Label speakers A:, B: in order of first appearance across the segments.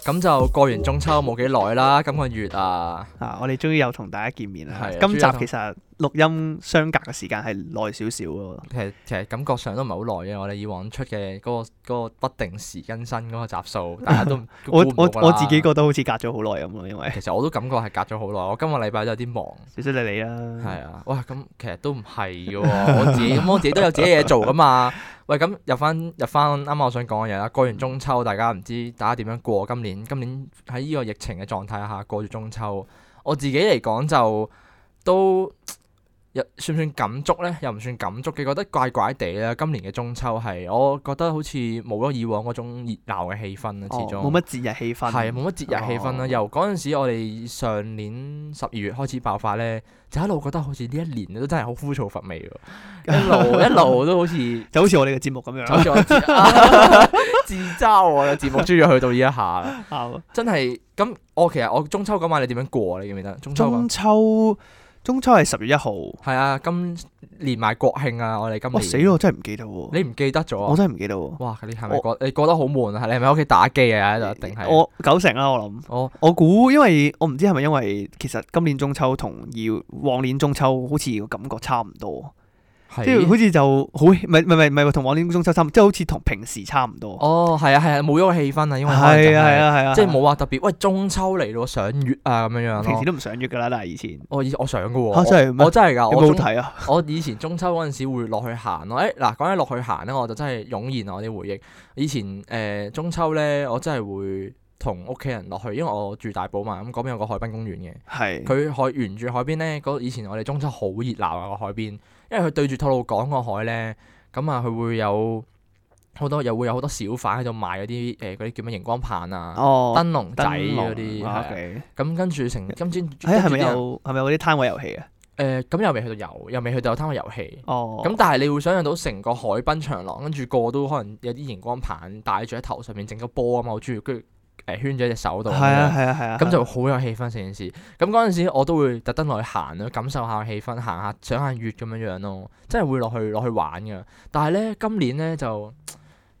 A: 咁就過完中秋冇幾耐啦，今個月啊，
B: 啊！我哋終於又同大家見面啦。
A: 係啊
B: 今集
A: 終於有
B: 其實錄音相隔嘅時間係耐少少咯。
A: 其實其實感覺上都唔係好耐嘅，我哋以往出嘅嗰、個嗰個不定時更新嗰個集數，大家都
B: 我
A: 估唔到
B: 我
A: 㗎啦
B: 我自己覺得好似隔咗好耐咁咯，因為
A: 其實我都感覺係隔咗好耐，我今個禮拜都有啲忙，
B: 少少你你啦。
A: 係啊，哇，咁其實都唔係嘅喎，我 自己咁我自己都有自己嘢做噶嘛。喂，咁入翻入翻啱啱我想講嘅嘢啦，過完中秋，大家唔知大家點樣過今年？今年喺呢個疫情嘅狀態下過住中秋，我自己嚟講就都又算唔算感觸呢？又唔算感觸嘅，覺得怪怪地啦。今年嘅中秋係我覺得好似冇咗以往嗰種熱鬧嘅氣氛啦，啊始
B: 哦
A: 終。
B: 冇乜節日氣氛。
A: 係啊冇乜節日氣氛啦。
B: 哦
A: 由嗰陣時，我哋上年十二月開始爆發咧，就一路覺得好似呢一年都真係好枯燥乏味喎， 一路一路都好似
B: 就好似我哋嘅節目咁
A: 走
B: 樣。
A: 咗自啊 自嘲我嘅節目終於去到呢一下啦，
B: 啱
A: 真係咁。我其實我中秋嗰晚你點樣過啊？你記唔記得？中秋嗰晚
B: 中秋中秋係十月一號。
A: 係啊，今連埋國慶啊，我哋今
B: 哇
A: 年
B: 死咯！我真係唔記得喎。
A: 你唔記得咗
B: 我
A: 啊？
B: 真係唔記得喎。
A: 哇！你係咪過你過得好悶啊？你係咪喺屋企打機啊？喺度定係哦
B: 我九成啦，我諗。
A: 我
B: 我估，因為我唔知係咪因為其實今年中秋同以往年中秋好似個感覺差唔多，即係
A: 係
B: 好似就好唔係唔係唔係唔係同往年中秋差唔，即係好似同平時差唔多。
A: 哦，係啊係啊，冇咗個氣氛啊，因為可能就
B: 係
A: 係
B: 啊係啊係啊，
A: 即係冇話特別，喂中秋嚟咯，賞月啊咁樣樣
B: 平時
A: 咯。
B: 都唔上月㗎啦，但係以前
A: 我以我想噶
B: 嚇
A: 喎，
B: 真係
A: 我
B: 咩
A: 我？真係㗎，
B: 有冇好
A: 我中
B: 睇啊？
A: 我以前中秋嗰陣時會落去行咯。誒嗱，講起落去行咧，我就真係湧現我啲回憶。以前誒、呃中秋咧，我真係會同屋企人落去，因為我住大埔嘛，咁嗰邊有個海濱公園嘅。
B: 係
A: 佢海沿住海邊咧，嗰以前我哋中秋好熱鬧啊個海邊，因為佢對住吐露港個海咧，咁啊佢會有好多又會有好多小販喺度賣嗰啲誒嗰啲叫咩熒光棒啊、
B: 哦，
A: 燈籠仔
B: 燈籠
A: 嗰啲，係
B: 啊
A: 啊
B: OK
A: 咁跟住成今朝
B: 誒係咪
A: 有
B: 有係咪有啲攤位遊戲啊？
A: 誒？咁又未去到遊，又未去到有攤位遊戲。
B: 哦，
A: 咁但係你會想象到成個海濱長廊，跟住個個都可能有啲熒光棒戴住喺頭上面整個波啊嘛，好中意，跟住誒圈咗喺隻手度咁
B: 係啊
A: 樣，
B: 係啊係啊，
A: 咁就好有氣氛成件事。咁嗰陣時我都會特登落去行咯，感受下氣氛，行下賞下月咁樣樣咯，真係會落去落去玩㗎。但係咧今年咧就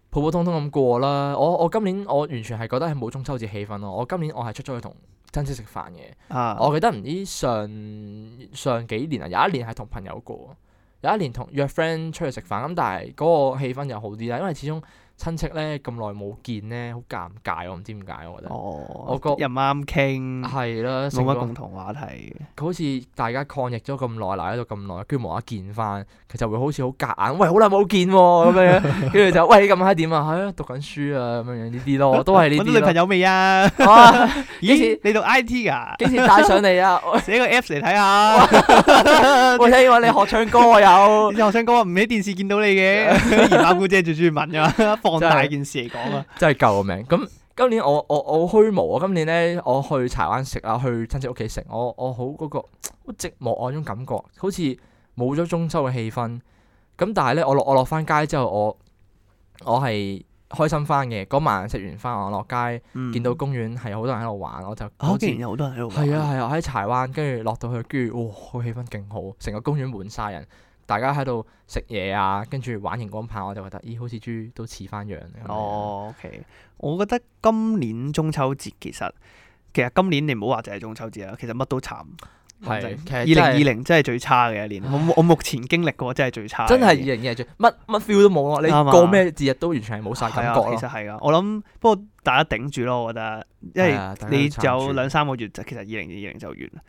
A: 普普通通咁過啦。我我今年我完全係覺得係冇中秋節氣氛咯。我今年我係出咗去同親戚食飯嘅。
B: 啊
A: 我記得唔知上上幾年啊，有一年係同朋友過，有一年同約 friend 出去食飯，咁但係嗰個氣氛又好啲啦，因為始終親戚咧咁耐冇見咧，好尷尬，我唔知點解，我覺得
B: 哦，
A: 我覺
B: 又唔啱傾，
A: 係啦，
B: 冇
A: 成
B: 乜共
A: 個
B: 同話題。
A: 好似大家抗疫咗咁耐，留喺度咁耐，跟住無啦啦見翻，其實會好似好夾硬，喂，好耐冇見喎咁樣，跟住就喂你近排點啊？係啊，讀緊書啊咁樣樣呢啲咯，都係呢
B: 揾到女
A: 啲
B: 朋
A: 咯。
B: 友未啊？
A: 哇 幾
B: 咦
A: 時，
B: 你讀 I T 噶？
A: 幾時帶上嚟啊？
B: 寫個 Apps 嚟睇下。
A: 我聽話你學唱歌啊有。
B: 我想講話唔喺電視見到你 嘅，而家姑姐最中意問噶，放大件事嚟講啊。
A: 真係救命！咁今年我我我好虛無啊！今年咧，我去柴灣食啊，去親戚屋企食，我我好嗰、個好寂寞啊嗰種感覺，好似冇咗中秋嘅氣氛。咁但係咧，我落我落翻街之後，我我係開心翻嘅。嗰晚食完飯，我落街
B: 嗯
A: 見到公園係好多人喺度玩，我就
B: 啊
A: 好，似
B: 竟然有好多人喺度玩。
A: 係啊係啊，喺柴灣跟住落到去，跟住哇個氣氛勁好，成個公園滿晒人，大家喺度食嘢啊，跟住玩熒光棒，我就覺得咦好似豬都似翻樣咁樣
B: 哦，OK，我覺得今年中秋節其實其實今年你唔好話淨係中秋節啦，啊其實乜都慘。講
A: 係
B: 真，
A: 其
B: 二
A: 實
B: 零
A: 真
B: 二
A: 係
B: 零真係最差嘅一年，我我目前經歷過真係最差嘅一
A: 真
B: 年。
A: 係二零二零最乜乜 feel 都冇咯，你
B: 啱啊
A: 過咩節日都完全係冇晒
B: 係
A: 感
B: 啊，
A: 覺咯
B: 其。實係噶，我諗不過大家頂住咯，我覺得，因為
A: 係啊大家
B: 你
A: 都撐
B: 有
A: 住
B: 兩三個月就其實二零二零就完啦。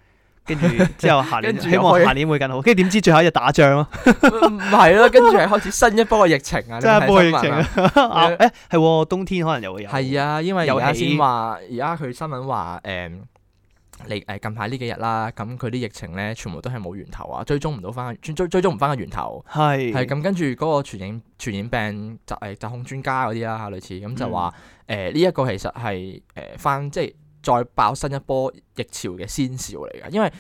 B: 跟 住之後下年
A: 跟住
B: 希
A: 又
B: 望
A: 開
B: 下年會更好，跟住點知最後一日打仗啊咯，
A: 唔係咯，跟住係開始新一波嘅疫情啊！
B: 真係波疫情
A: 啊！
B: 啊！誒係喎，冬天可能又會有，
A: 係啊，因為
B: 又
A: 而家
B: 起
A: 先話，而家佢新聞話誒嚟誒近排呢幾日啦，咁佢啲疫情咧全部都係冇源頭啊，追蹤唔到翻，追追追蹤唔翻個源頭。
B: 係
A: 係咁，跟住嗰個傳染傳染病疾誒疾控專家嗰啲啦，類似咁
B: 嗯
A: 就話誒呢一個其實係誒翻即係再爆新一波疫潮嘅先兆嚟㗎，因為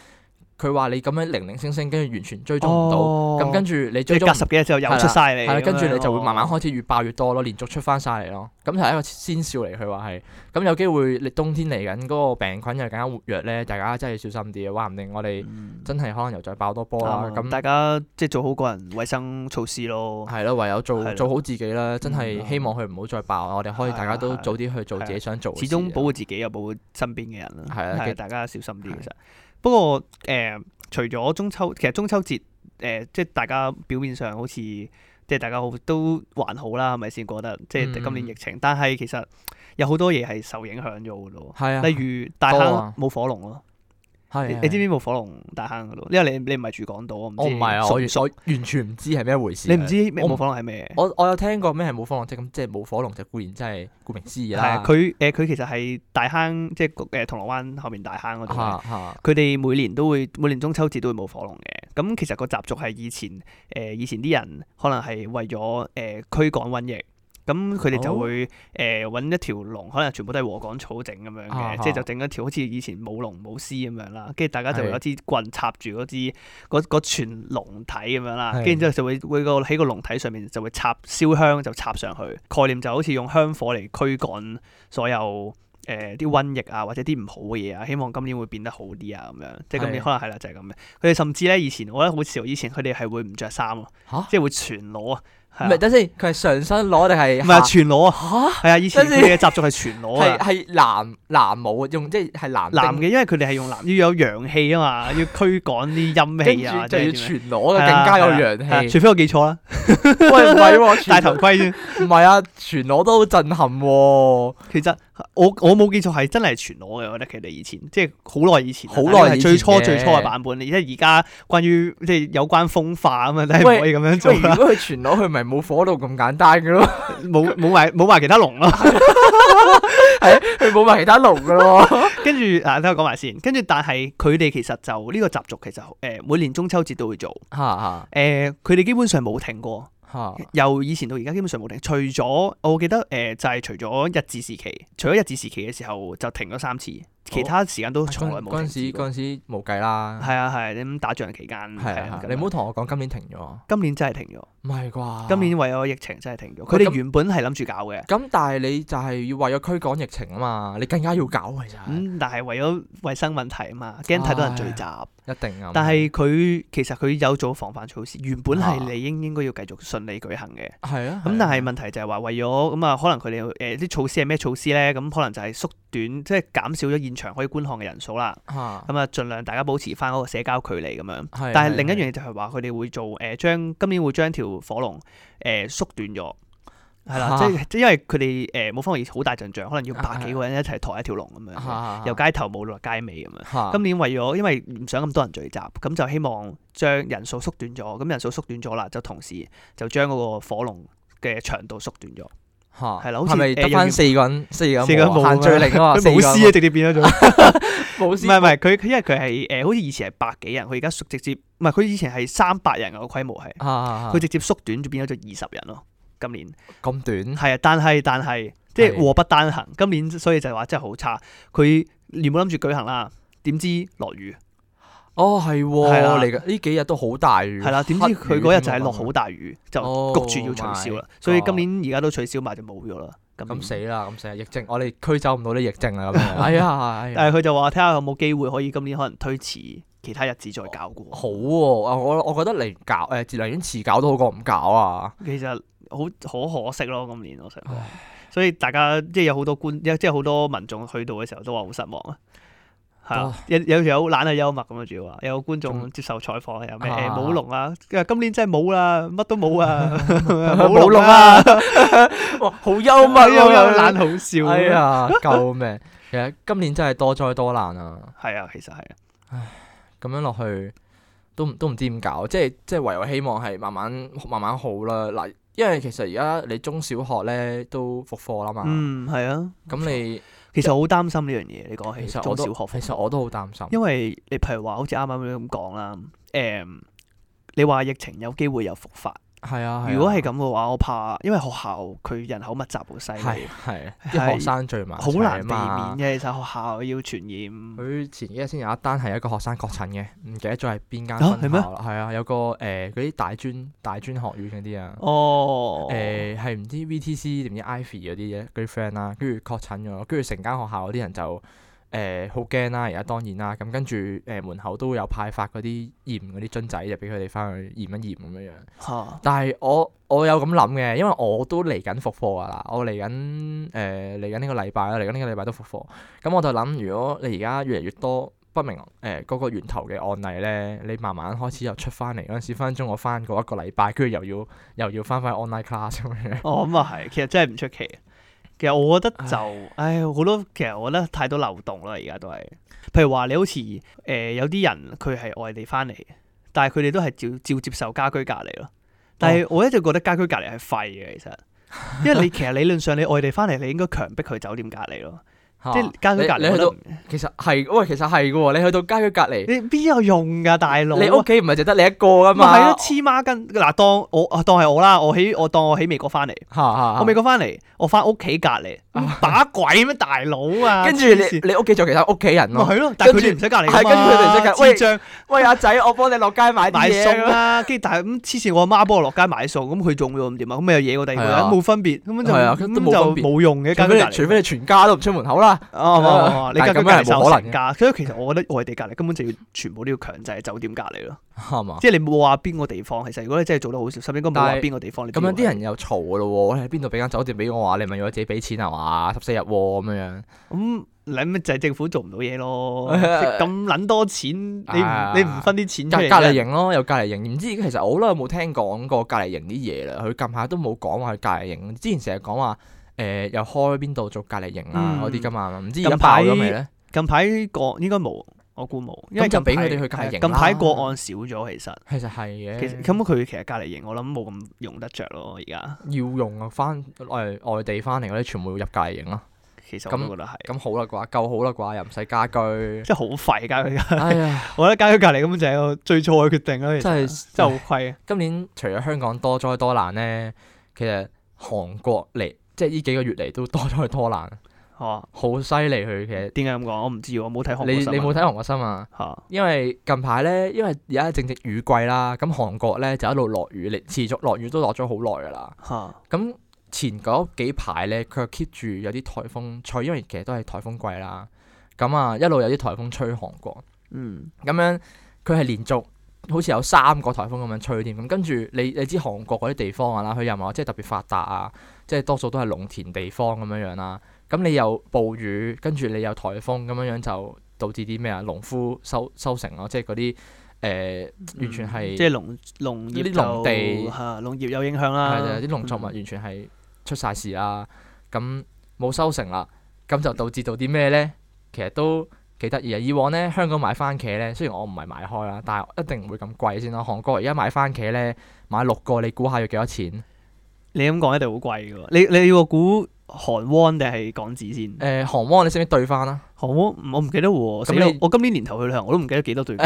A: 佢話你咁樣零零星星，跟住完全追蹤唔到，
B: 哦
A: 咁跟住
B: 即
A: 你追
B: 係
A: 蹤
B: 隔
A: 唔
B: 十幾日之後又出晒嚟
A: 係啦，
B: 咁樣，
A: 跟住你就會慢慢
B: 哦
A: 開始越爆越多咯，連續出翻晒嚟咯。咁就係一個先兆嚟，佢話係。咁有機會你冬天嚟緊嗰個病菌又更加活躍咧，大家真係要小心啲啊！話唔定我哋
B: 嗯
A: 真係可能又再爆多波
B: 啱
A: 啦。
B: 啊
A: 咁
B: 大家即係做好個人衞生措施咯。
A: 係咯，唯有
B: 係啦
A: 做做好自己啦。真
B: 嗯
A: 係希望佢唔好再爆啊！我哋可以
B: 係啊
A: 大家
B: 係
A: 都
B: 啊
A: 早啲去做
B: 係啊
A: 自己想做嘅
B: 始
A: 事啊。
B: 終保護自己又保護身邊嘅人啦，
A: 係啊
B: 係
A: 其
B: 大家小心啲
A: 係
B: 其實。不過誒、呃除咗中秋，其實中秋節誒、呃即係大家表面上好似即係大家好都還好啦，係咪先覺得？即係
A: 嗯
B: 今年疫情，但係其實有好多嘢係受影響咗嘅咯
A: 係啊
B: 喎。，例如大
A: 多
B: 坑
A: 啊
B: 冇火龍咯，
A: 係
B: 你
A: 係
B: 你知唔知冇火龍大坑嗰度？因為你你唔係住港島，我唔知。
A: 我唔係啊，我
B: 熟
A: 完
B: 唔熟
A: 我完全唔知係咩回事。
B: 你唔知咩
A: 我唔
B: 冇火龍係咩？
A: 我我有聽過咩係冇火龍即係咁即係冇火龍就固然真係顧名思義
B: 係
A: 啦
B: 啊。佢誒佢其實係大坑，即係誒銅鑼灣後面大坑嗰度咧。
A: 嚇嚇
B: 佢啊哋每年都會每年中秋節都會舞火龍嘅。咁其實個習俗係以前誒、呃以前啲人可能係為咗誒、呃、驅趕瘟疫，咁佢哋就
A: 哦
B: 會誒揾、一條龍，可能全部都係禾稈草整咁樣嘅，
A: 啊
B: 即係
A: 啊
B: 就整一條好似以前舞龍舞獅咁樣啦。跟住大家就會
A: 係
B: 有支棍插住嗰支嗰嗰串龍體咁樣啦，
A: 係
B: 跟住之後就會會個喺個龍體上面就會插燒香就插上去，概念就好似用香火嚟驅趕所有。誒啲瘟疫啊，或者啲唔好嘅嘢啊，希望今年會變得好啲啊，咁樣，即係今年
A: 係
B: 可能係啦，就係咁嘅。佢哋甚至咧，以前我覺得好笑，以前佢哋係會唔着衫咯，
A: 嚇。
B: 即係會全裸啊，係
A: 唔係
B: 啊
A: 等先，佢係上身攞定係
B: 唔係啊
A: 下
B: 全裸啊，
A: 吓
B: 係啊，以前佢
A: 即係
B: 哋嘅習俗係全裸
A: 係
B: 啊，
A: 係男男舞啊用即係係男
B: 男
A: 丁
B: 嘅，因為佢哋係用男要有陽氣啊嘛，要驅趕啲陰
A: 跟
B: 氣啊，
A: 住
B: 即
A: 就
B: 係
A: 要
B: 點樣
A: 全裸嘅，
B: 係啊
A: 更加有
B: 係啊
A: 陽氣。
B: 除非我記錯啦，
A: 喂唔 係喎，
B: 戴頭
A: 全
B: 盔先。
A: 唔係啊，全裸都好震撼喎。
B: 其實我我冇記錯係真係全裸嘅，我覺得佢哋以前即係好耐以前，啊
A: 好耐以前
B: 最
A: 嘅
B: 初最初嘅版本，即係而家關於即係有關風化咁啊，梗係唔可以咁 樣做啊
A: 喂，如
B: 啦，
A: 果佢全裸，佢咪冇火爐咁簡單嘅咯，
B: 冇冇埋冇埋其他龍咯。
A: 佢冇埋其他爐嘅 咯。
B: 跟住啊，等我講埋先。跟住但係佢哋其實就呢個習俗其實誒、呃每年中秋節都會做，
A: 嚇嚇
B: 誒佢哋基本上冇停過。
A: 嚇
B: 由以前到而家基本上冇停，除咗我記得誒、呃就係、除咗日治時期，除咗日治時期嘅時候就停咗三次，其他時間都從來
A: 嗰
B: 冇
A: 嗰陣時
B: 停止過。
A: 嗰陣時冇計啦。
B: 係啊係，咁打仗期間
A: 係
B: 係啊
A: 啊
B: 咁，樣
A: 你唔好同我講今年停咗，唔
B: 今年真係停咗，
A: 係啩？
B: 今年為咗疫情真係停咗。佢哋
A: 咁
B: 原本係諗住搞嘅，
A: 咁，但係你就係要為咗驅趕疫情啊嘛，你更加要搞其實
B: 咁但係為咗衞生問題啊嘛，驚太多人聚集。
A: 一定啊。
B: 但係佢其實佢有做防範措施，原本係理應應該要繼續順利舉行嘅。
A: 係啊，
B: 咁
A: 係
B: 但
A: 啊
B: 啊係問題就係話為咗咁啊，可能佢哋誒啲措施係咩措施咧？咁可能就係縮短，即係減少咗現場可以觀看嘅人數啦。
A: 嚇
B: 咁啊，盡量大家保持翻嗰個社交距離咁樣。
A: 係
B: 但係
A: 係
B: 另一
A: 係
B: 樣嘢就係話佢哋會做誒，將今年會將條火龍誒縮短咗。係啦，
A: 啊
B: 即係即係因為佢哋誒呃冇方而好大陣仗，可能要
A: 啊
B: 百幾個人一齊抬一條龍咁樣，
A: 嚇
B: 由街頭舞到街尾咁樣。
A: 嚇
B: 今年為咗因為唔想咁多人聚集，咁就希望將人數縮短咗。咁人數縮短咗啦，就同時就將嗰個火龍嘅長度縮短咗。
A: 嚇
B: 係啦好似
A: 係咪
B: 誒
A: 得
B: 有
A: 翻四個人四個
B: 四個
A: 人
B: 人冇
A: 冇
B: 啊
A: 啊限聚令啊嘛？
B: 佢舞
A: 四
B: 獅啊，直接變 咗做。
A: 個人冇
B: 唔
A: 師
B: 係唔係，佢佢因為佢係呃誒，好似以前係百幾人，佢而家縮直接唔係，佢以前係三百人嘅個規模係，
A: 啊
B: 佢直接縮短咗變咗做二十人咯。今年
A: 咁短
B: 係啊，但係但係即係
A: 嗯係
B: 禍不單行，今年所以就係話真係好差。佢原本諗住舉行啦，點知落雨
A: 哦係
B: 係啦
A: 喎嚟緊呢幾日都好大雨
B: 係啦，點知佢嗰日就係落好大雨，就
A: 哦
B: 焗住要取消啦。
A: my
B: 所以今年而家都取消埋就冇咗啦。
A: 咁死
B: 年。
A: 啦咁死啦疫症我哋驅走唔到啲疫 症啦咁樣哎呀哎呀
B: 但係佢就啊話睇下有冇機會可以今年可能推遲其他日子再搞過。
A: 好喎啊我我覺得嚟搞誒自寧願遲搞都好過唔搞 啊
B: 其實好好可惜咯，今年我想講，所以大家即係有好多觀，即係好多民眾去到嘅時候都話好失望啊。係啊
A: 哦，
B: 有有條友懶係幽默咁啊，主要話有個觀眾
A: 仲
B: 接受採訪，有咩誒
A: 啊
B: 冇龍啊，佢話今年真係冇啦，乜都冇啊， 冇
A: 冇
B: 龍
A: 龍
B: 啊
A: 啊，哇好幽默
B: 有有有
A: 啊
B: 懶好笑
A: 哎
B: 咁樣，
A: 呀救命其實今年真係多災多難啊
B: 係啊，其實係啊，
A: 咁咁樣落去都唔都唔知點搞，即係即係唯有希望係慢慢慢慢好啦。嗱，因為其實而家你中小學咧都復課啦嘛，
B: 嗯，係啊。
A: 咁、你
B: 其實我好擔心呢樣嘢，你講
A: 其
B: 起
A: 實我
B: 中
A: 都
B: 小學
A: 其實我都好擔心。
B: 因為你譬如話，好似啱啱咁講啦，誒、你話疫情有機會有復發，
A: 係啊，
B: 如果係
A: 係
B: 咁嘅話，我怕，因為學校佢人口密集好犀
A: 啊
B: 利，
A: 係係
B: 係
A: 啲學生聚埋一
B: 好
A: 齊啊
B: 難
A: 嘛
B: 避免嘅。其實學校要傳染，
A: 佢前幾日先有一單係一個學生確診嘅，唔記得咗係邊間
B: 啊係
A: 分
B: 咩
A: 校啦。係啊，有個誒嗰啲大專大專學院嗰啲啊，
B: 哦，
A: 誒係唔知 VTC 定唔知 Ivy 嗰啲嘢嗰啲 friend 啦，跟住確診咗，跟住成間學校嗰啲人就誒好驚啦。而家當然啦，咁跟住誒門口都有派發嗰啲驗嗰啲樽仔，就俾佢哋翻去驗一驗咁樣樣。
B: 嚇
A: 但係我我有咁諗嘅，因為我都嚟緊復課噶啦，我嚟緊誒呃嚟緊呢個禮拜啦，嚟緊呢個禮拜都復課。咁我就諗，如果你而家越嚟越多不明誒嗰、個源頭嘅案例咧，你慢慢開始又出翻嚟嗰陣時，分分鐘我翻過一個禮拜，跟住又要又要翻返去 online class 咁 樣。
B: 哦咁啊係，其實真係唔出奇。其實我覺得就，唉，好多其實我覺得太多漏洞啦，而家都係。譬如話你好似誒、有啲人佢係外地翻嚟，但係佢哋都係照照接受家居隔離咯。但
A: 哦
B: 係我一直覺得家居隔離係廢嘅，其實，因為你其實理論上你外地翻嚟，你應該強迫佢酒店隔離 咯。即係家居隔
A: 哦你
B: 離
A: 你
B: 我
A: 去
B: 覺得
A: 到
B: 唔，
A: 其實係喂，其實係嘅喎，你去到家居隔離，
B: 你邊有用㗎，大佬？
A: 你屋企唔係淨得你一個噶
B: 咪
A: 嘛？
B: 係咯，黐孖筋嗱，當我啊當係我啦，我喺我當我喺美國翻嚟。
A: 嚇嚇
B: 我美國翻嚟，我翻屋企隔離，把鬼咩大佬啊！
A: 啊跟住
B: 黐線
A: 你你屋企仲有其他屋企人
B: 咪
A: 咯。
B: 係咯，但係佢
A: 跟住
B: 哋唔使隔離㗎嘛，
A: 係跟住佢哋唔使隔喂啊
B: 智障
A: 喂阿仔，我幫你落街買
B: 買
A: 啲嘢
B: 餸啊啦，跟住但係咁黐線，我阿媽幫我落街買餸，咁佢中咗咁點啊？咁咪又惹過第二個
A: 係
B: 人，
A: 啊
B: 冇分別，根本就
A: 係啊
B: 根
A: 都
B: 本
A: 冇
B: 就
A: 分別
B: 冇用嘅。
A: 除
B: 家居
A: 非
B: 隔
A: 你
B: 離
A: 除非你全家都唔出門口 啦，
B: 哦哦哦，你
A: 但
B: 家
A: 係
B: 居
A: 咁
B: 隔
A: 樣係
B: 離
A: 冇可
B: 受
A: 能嘅
B: 成家，所以其實我覺得外地隔離根本就要全部都要強制酒店隔離咯。
A: 係嘛？
B: 即係你冇話邊個地方，其實如果你真係做得好少，甚至應該冇話
A: 但係
B: 邊個地方。你
A: 咁樣
B: 邊個
A: 啲人又嘈噶咯喎，你喺邊度俾間酒店俾我啊？你咪要我自己俾錢啊嘛？十四日喎咁樣樣，
B: 咁你咪就係政府做唔到嘢咯， 即係
A: 唉
B: 咁撚多錢，你唔
A: 啊
B: 你唔分啲錢出
A: 隔
B: 嚟
A: 隔離
B: 啫，
A: 營咯，有隔離營。唔知其實我好耐冇聽講過隔離營啲嘢啦，佢近排都冇講話去隔離營。之前成日講話誒又開邊度做隔離營啊
B: 嗯
A: 嗰啲噶嘛，唔知
B: 近
A: 而家爆
B: 排
A: 咗未咧？
B: 近排個應該冇，我估冇，因為
A: 咁就
B: 近排啊
A: 俾佢哋去隔離營啦
B: 近排個案少咗，其實
A: 其實係嘅，
B: 其實咁佢其實隔離營我諗冇咁用得着咯，而家
A: 要用啊，翻外外地翻嚟嗰啲全部要入隔離營啦。
B: 其實我都覺得係。
A: 咁好啦啩，夠好啦啩，又唔使家 居。
B: 即係好廢家居 隔離，
A: 哎呀！
B: 我覺得家居隔離根本就係一個最錯嘅決定咯。其實
A: 真係
B: 真係好虧啊！
A: 今年除咗香港多災多難咧，其實韓國嚟即係呢幾個月嚟都多災多難，
B: 係嘛？
A: 好犀利佢其實。
B: 點解咁講？我唔知喎，我冇睇韓國
A: 你
B: 新
A: 你
B: 聞
A: 冇睇韓國新聞啊？
B: 嚇？
A: 因為近排咧，因為而家正值雨季啦，咁韓國咧就一路落雨，你持續落雨都落咗好耐㗎啦。
B: 嚇
A: 咁前嗰幾排咧，佢又 keep 住有啲颱風吹，因為其實都係颱風季啦。咁啊，一路有啲颱風吹韓國。
B: 嗯
A: 咁樣佢係連續好似有三個颱風咁樣吹添，咁跟住你你知韓國嗰啲地方啊啦，佢又唔係話即係特別發達啊，即係多數都係農田地方咁樣樣啦。咁你又暴雨，跟住你又颱風咁樣樣就導致啲咩啊？農夫收收成咯，即係嗰啲呃誒完全係
B: 即係農農業
A: 呢啲農地
B: 就嚇農業有影響啦，嗯
A: 係就係啲農作物完全係出晒事啦，咁冇收成啦，咁就導致到啲咩咧？其實都幾得意啊！以往咧香港買番茄咧，雖然我唔係買開啦，但係一定唔會咁貴先啦。韓國而家買番茄咧，買六個你估下要幾多錢？誒、
B: 你咁講一定好貴嘅喎，你你要我估韓圜定係港紙先？
A: 韓汪你識唔識對翻啊啦？
B: 韓圜我唔記得喎，死
A: 咁
B: 啦
A: 你
B: 我今年年頭去旅行我都唔記得幾多對幾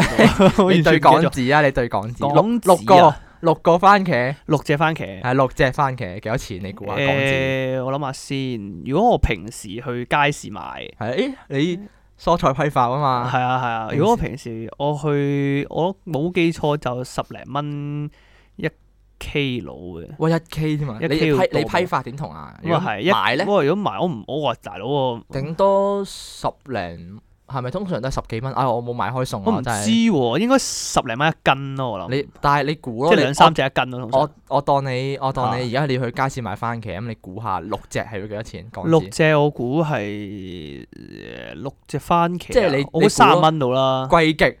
B: 多，我 完全唔記
A: 你對
B: 得
A: 港
B: 咗
A: 紙啊！你對港紙
B: 港
A: 六
B: 紙
A: 六
B: 啊
A: 個六個番茄
B: 六隻番茄。
A: 係六隻番茄幾多錢？你估啊下港紙？
B: 誒，我諗下先。如果我平時去街市買，
A: 係誒你蔬菜批發啊
B: 嗯
A: 嘛。
B: 係啊係啊。
A: 平時
B: 如果我平時我去，我冇記錯就十零蚊一 K 佬嘅。
A: 哇一 K 添啊！
B: 一
A: 你
B: K 要
A: 批你
B: 多喎
A: 批發點同啊？如
B: 咁
A: 果
B: 啊係一
A: 買咧
B: 不？過如果買我唔，我話大佬我
A: 頂多十零，係咪通常都係十幾蚊？啊，我冇買開餸
B: 我
A: 啊，
B: 唔知
A: 真係。
B: 喎，應該十零蚊一斤咯，我諗。
A: 你但係你估咯，
B: 即係
A: 你
B: 兩三隻一啊斤咯，通
A: 我
B: 常。
A: 我我當你我當你而家你去街市買番茄咁，你估下六隻係要幾多錢港
B: 六
A: 紙？
B: 隻我估係誒六隻番茄啊，
A: 即係你
B: 我
A: 你估
B: 估三十蚊到啦。
A: 貴極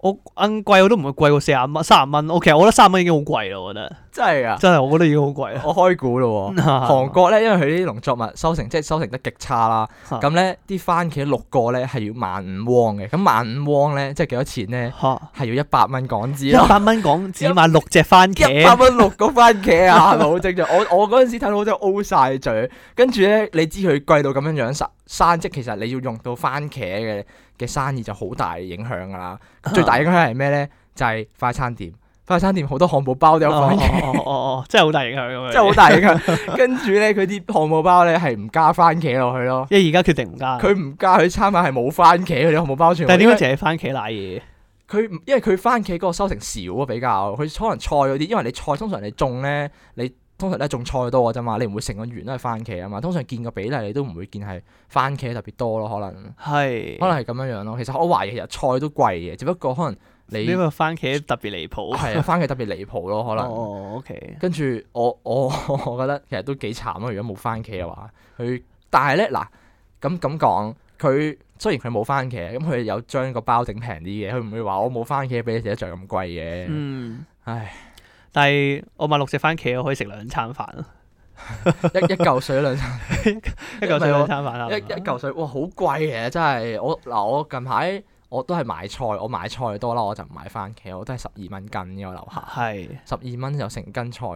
B: 我奀貴我都唔會貴過四廿蚊、三十蚊。我其實我覺得三十蚊已經好貴啦，我覺得
A: 真係啊！
B: 真係我覺得已經好貴啦。
A: 我開估咯
B: 啊
A: 喎，韓國咧，因為佢啲農作物收成即係收成得極差啦，
B: 嚇
A: 咁咧啲番茄六個咧係要萬五汪嘅，咁萬五汪咧即係幾多錢咧？
B: 嚇
A: 係要一百蚊港紙
B: 一
A: 咯，
B: 百蚊港紙買六隻番
A: 一百
B: 茄，
A: 蚊六個番茄啊， 好正常。我我嗰陣時睇到我真係 O 晒嘴，跟住咧你知佢貴到咁樣樣生生即其實你要用到番茄嘅嘅生意就好大影響㗎啦。
B: 啊
A: 最大影響係咩咧？就係快餐店，快餐店好多漢堡包都有
B: 哦
A: 番茄。
B: 哦哦哦哦，真係好大影響咁樣。
A: 真係好大影響。跟住咧，佢啲漢堡包咧係唔加番茄落去 咯。
B: 因為而家決定唔加，
A: 佢唔加，佢餐飯係冇番茄嘅啲漢堡包全部。
B: 但係點
A: 因
B: 解
A: 為
B: 淨係番茄奶嘢？
A: 佢唔因為佢番茄嗰個收成少啊，比較佢可能菜嗰啲，因為你菜通常你種咧，你通常咧種菜多嘅啫嘛，你唔會成個園都係番茄啊嘛。通常見個比例你都唔會見係番茄特別多咯，可能
B: 係
A: 可能係咁樣樣咯。其實我懷疑其實菜都貴嘅，只不過可能你
B: 呢個番茄特別離譜。
A: 係啊番茄特別離譜咯，可能。
B: 哦，OK，
A: 跟住我我 我覺得其實都幾慘啊咯，如果冇番茄嘅話，佢但係咧嗱咁咁講，佢雖然佢冇番茄，咁佢有將個包整平啲嘅，佢唔會話我冇番茄俾你食得着咁貴嘅。
B: 嗯，
A: 唉，
B: 但係我買六隻番茄，我可以食兩餐飯 啊，
A: 一一嚿水兩
B: 一嚿水
A: 因為我
B: 兩餐飯啊啦。
A: 一一嚿水，哇好貴嘅真係。我嗱我近排我都係買菜，我買菜多啦，我就唔買番茄，我都係十二蚊斤嘅我樓下。
B: 係
A: 十二蚊有成斤菜，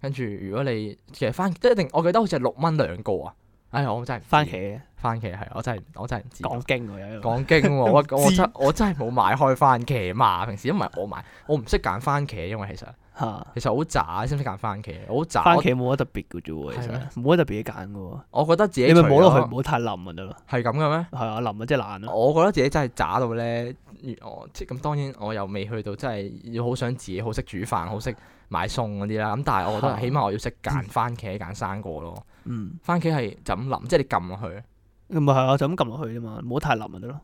A: 跟住如果你其實番即係一定，我記得好似係六蚊兩個啊！唉，我真係唔知
B: 番茄
A: 番茄係，我真係我真係唔知道。
B: 講經喎，有一個
A: 講經喎，我
B: 知
A: 我真我真係冇買開番茄嘛，平時因為我買我唔識揀番茄，因為其實
B: 嚇
A: 其實我好渣，識唔識揀番茄？我好渣，
B: 番茄冇乜特別嘅啫喎，其
A: 係咩
B: 實冇乜特別嘢揀嘅喎。
A: 我我覺得自己
B: 你咪
A: 除
B: 摸落去
A: 咗
B: 唔好太冧咪得咯。
A: 係咁嘅咩？
B: 係啊，冧啊即係爛咯。
A: 我覺得自己真係渣到咧，如我即係咁當然我又未去到真係要好想自己好識煮飯、好識買餸嗰啲啦。咁但係我覺得
B: 嚇
A: 起碼我要識揀番茄、揀生果咯。
B: 嗯，
A: 番茄係就咁淋，即係你撳落去。
B: 咁咪係啊，就咁撳落去啫嘛，唔好太冧咪得咯。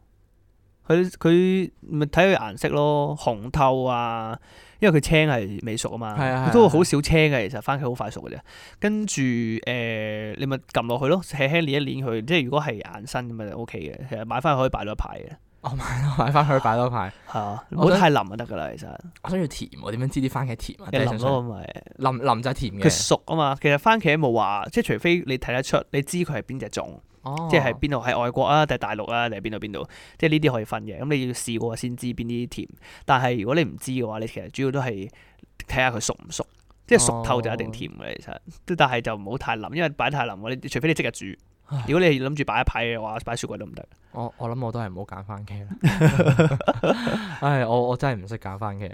B: 佢佢咪睇佢顏色咯，紅透啊，因為佢青係未熟啊嘛，
A: 係啊係啊
B: 佢都好少青嘅，其實番茄好快熟嘅啫。跟住誒、呃你咪撳落去咯，輕輕捏一捏佢，即係如果係硬身咁咪 O K 嘅，其實買翻去可以擺多一排嘅，
A: 買翻去擺多排。
B: 係啊，唔
A: 我
B: 好
A: 覺得
B: 太冧就得噶啦，其實
A: 我想要甜喎，點樣知啲番茄甜啊？
B: 你冧咯
A: 咯，
B: 咪。
A: 淋淋就係甜
B: 佢
A: 嘅。
B: 熟啊嘛，其實番茄冇話，即係除非你睇得出，你知佢係邊隻種，
A: 哦
B: 即係邊度係外國啊，定係大陸啊，定係邊度邊度，即係呢啲可以分嘅。咁你要試過先知邊啲甜，但係如果你唔知嘅話，你其實主要都係睇下佢熟唔熟，即係熟透就一定甜嘅其實。但係就唔好太腍，因為擺太腍，你除非你即日煮
A: 唉。
B: 如果你諗住擺一排嘅話，擺雪櫃都唔得。
A: 我我諗我都係唔好揀番茄啦。 唉，我我真係唔識揀番茄。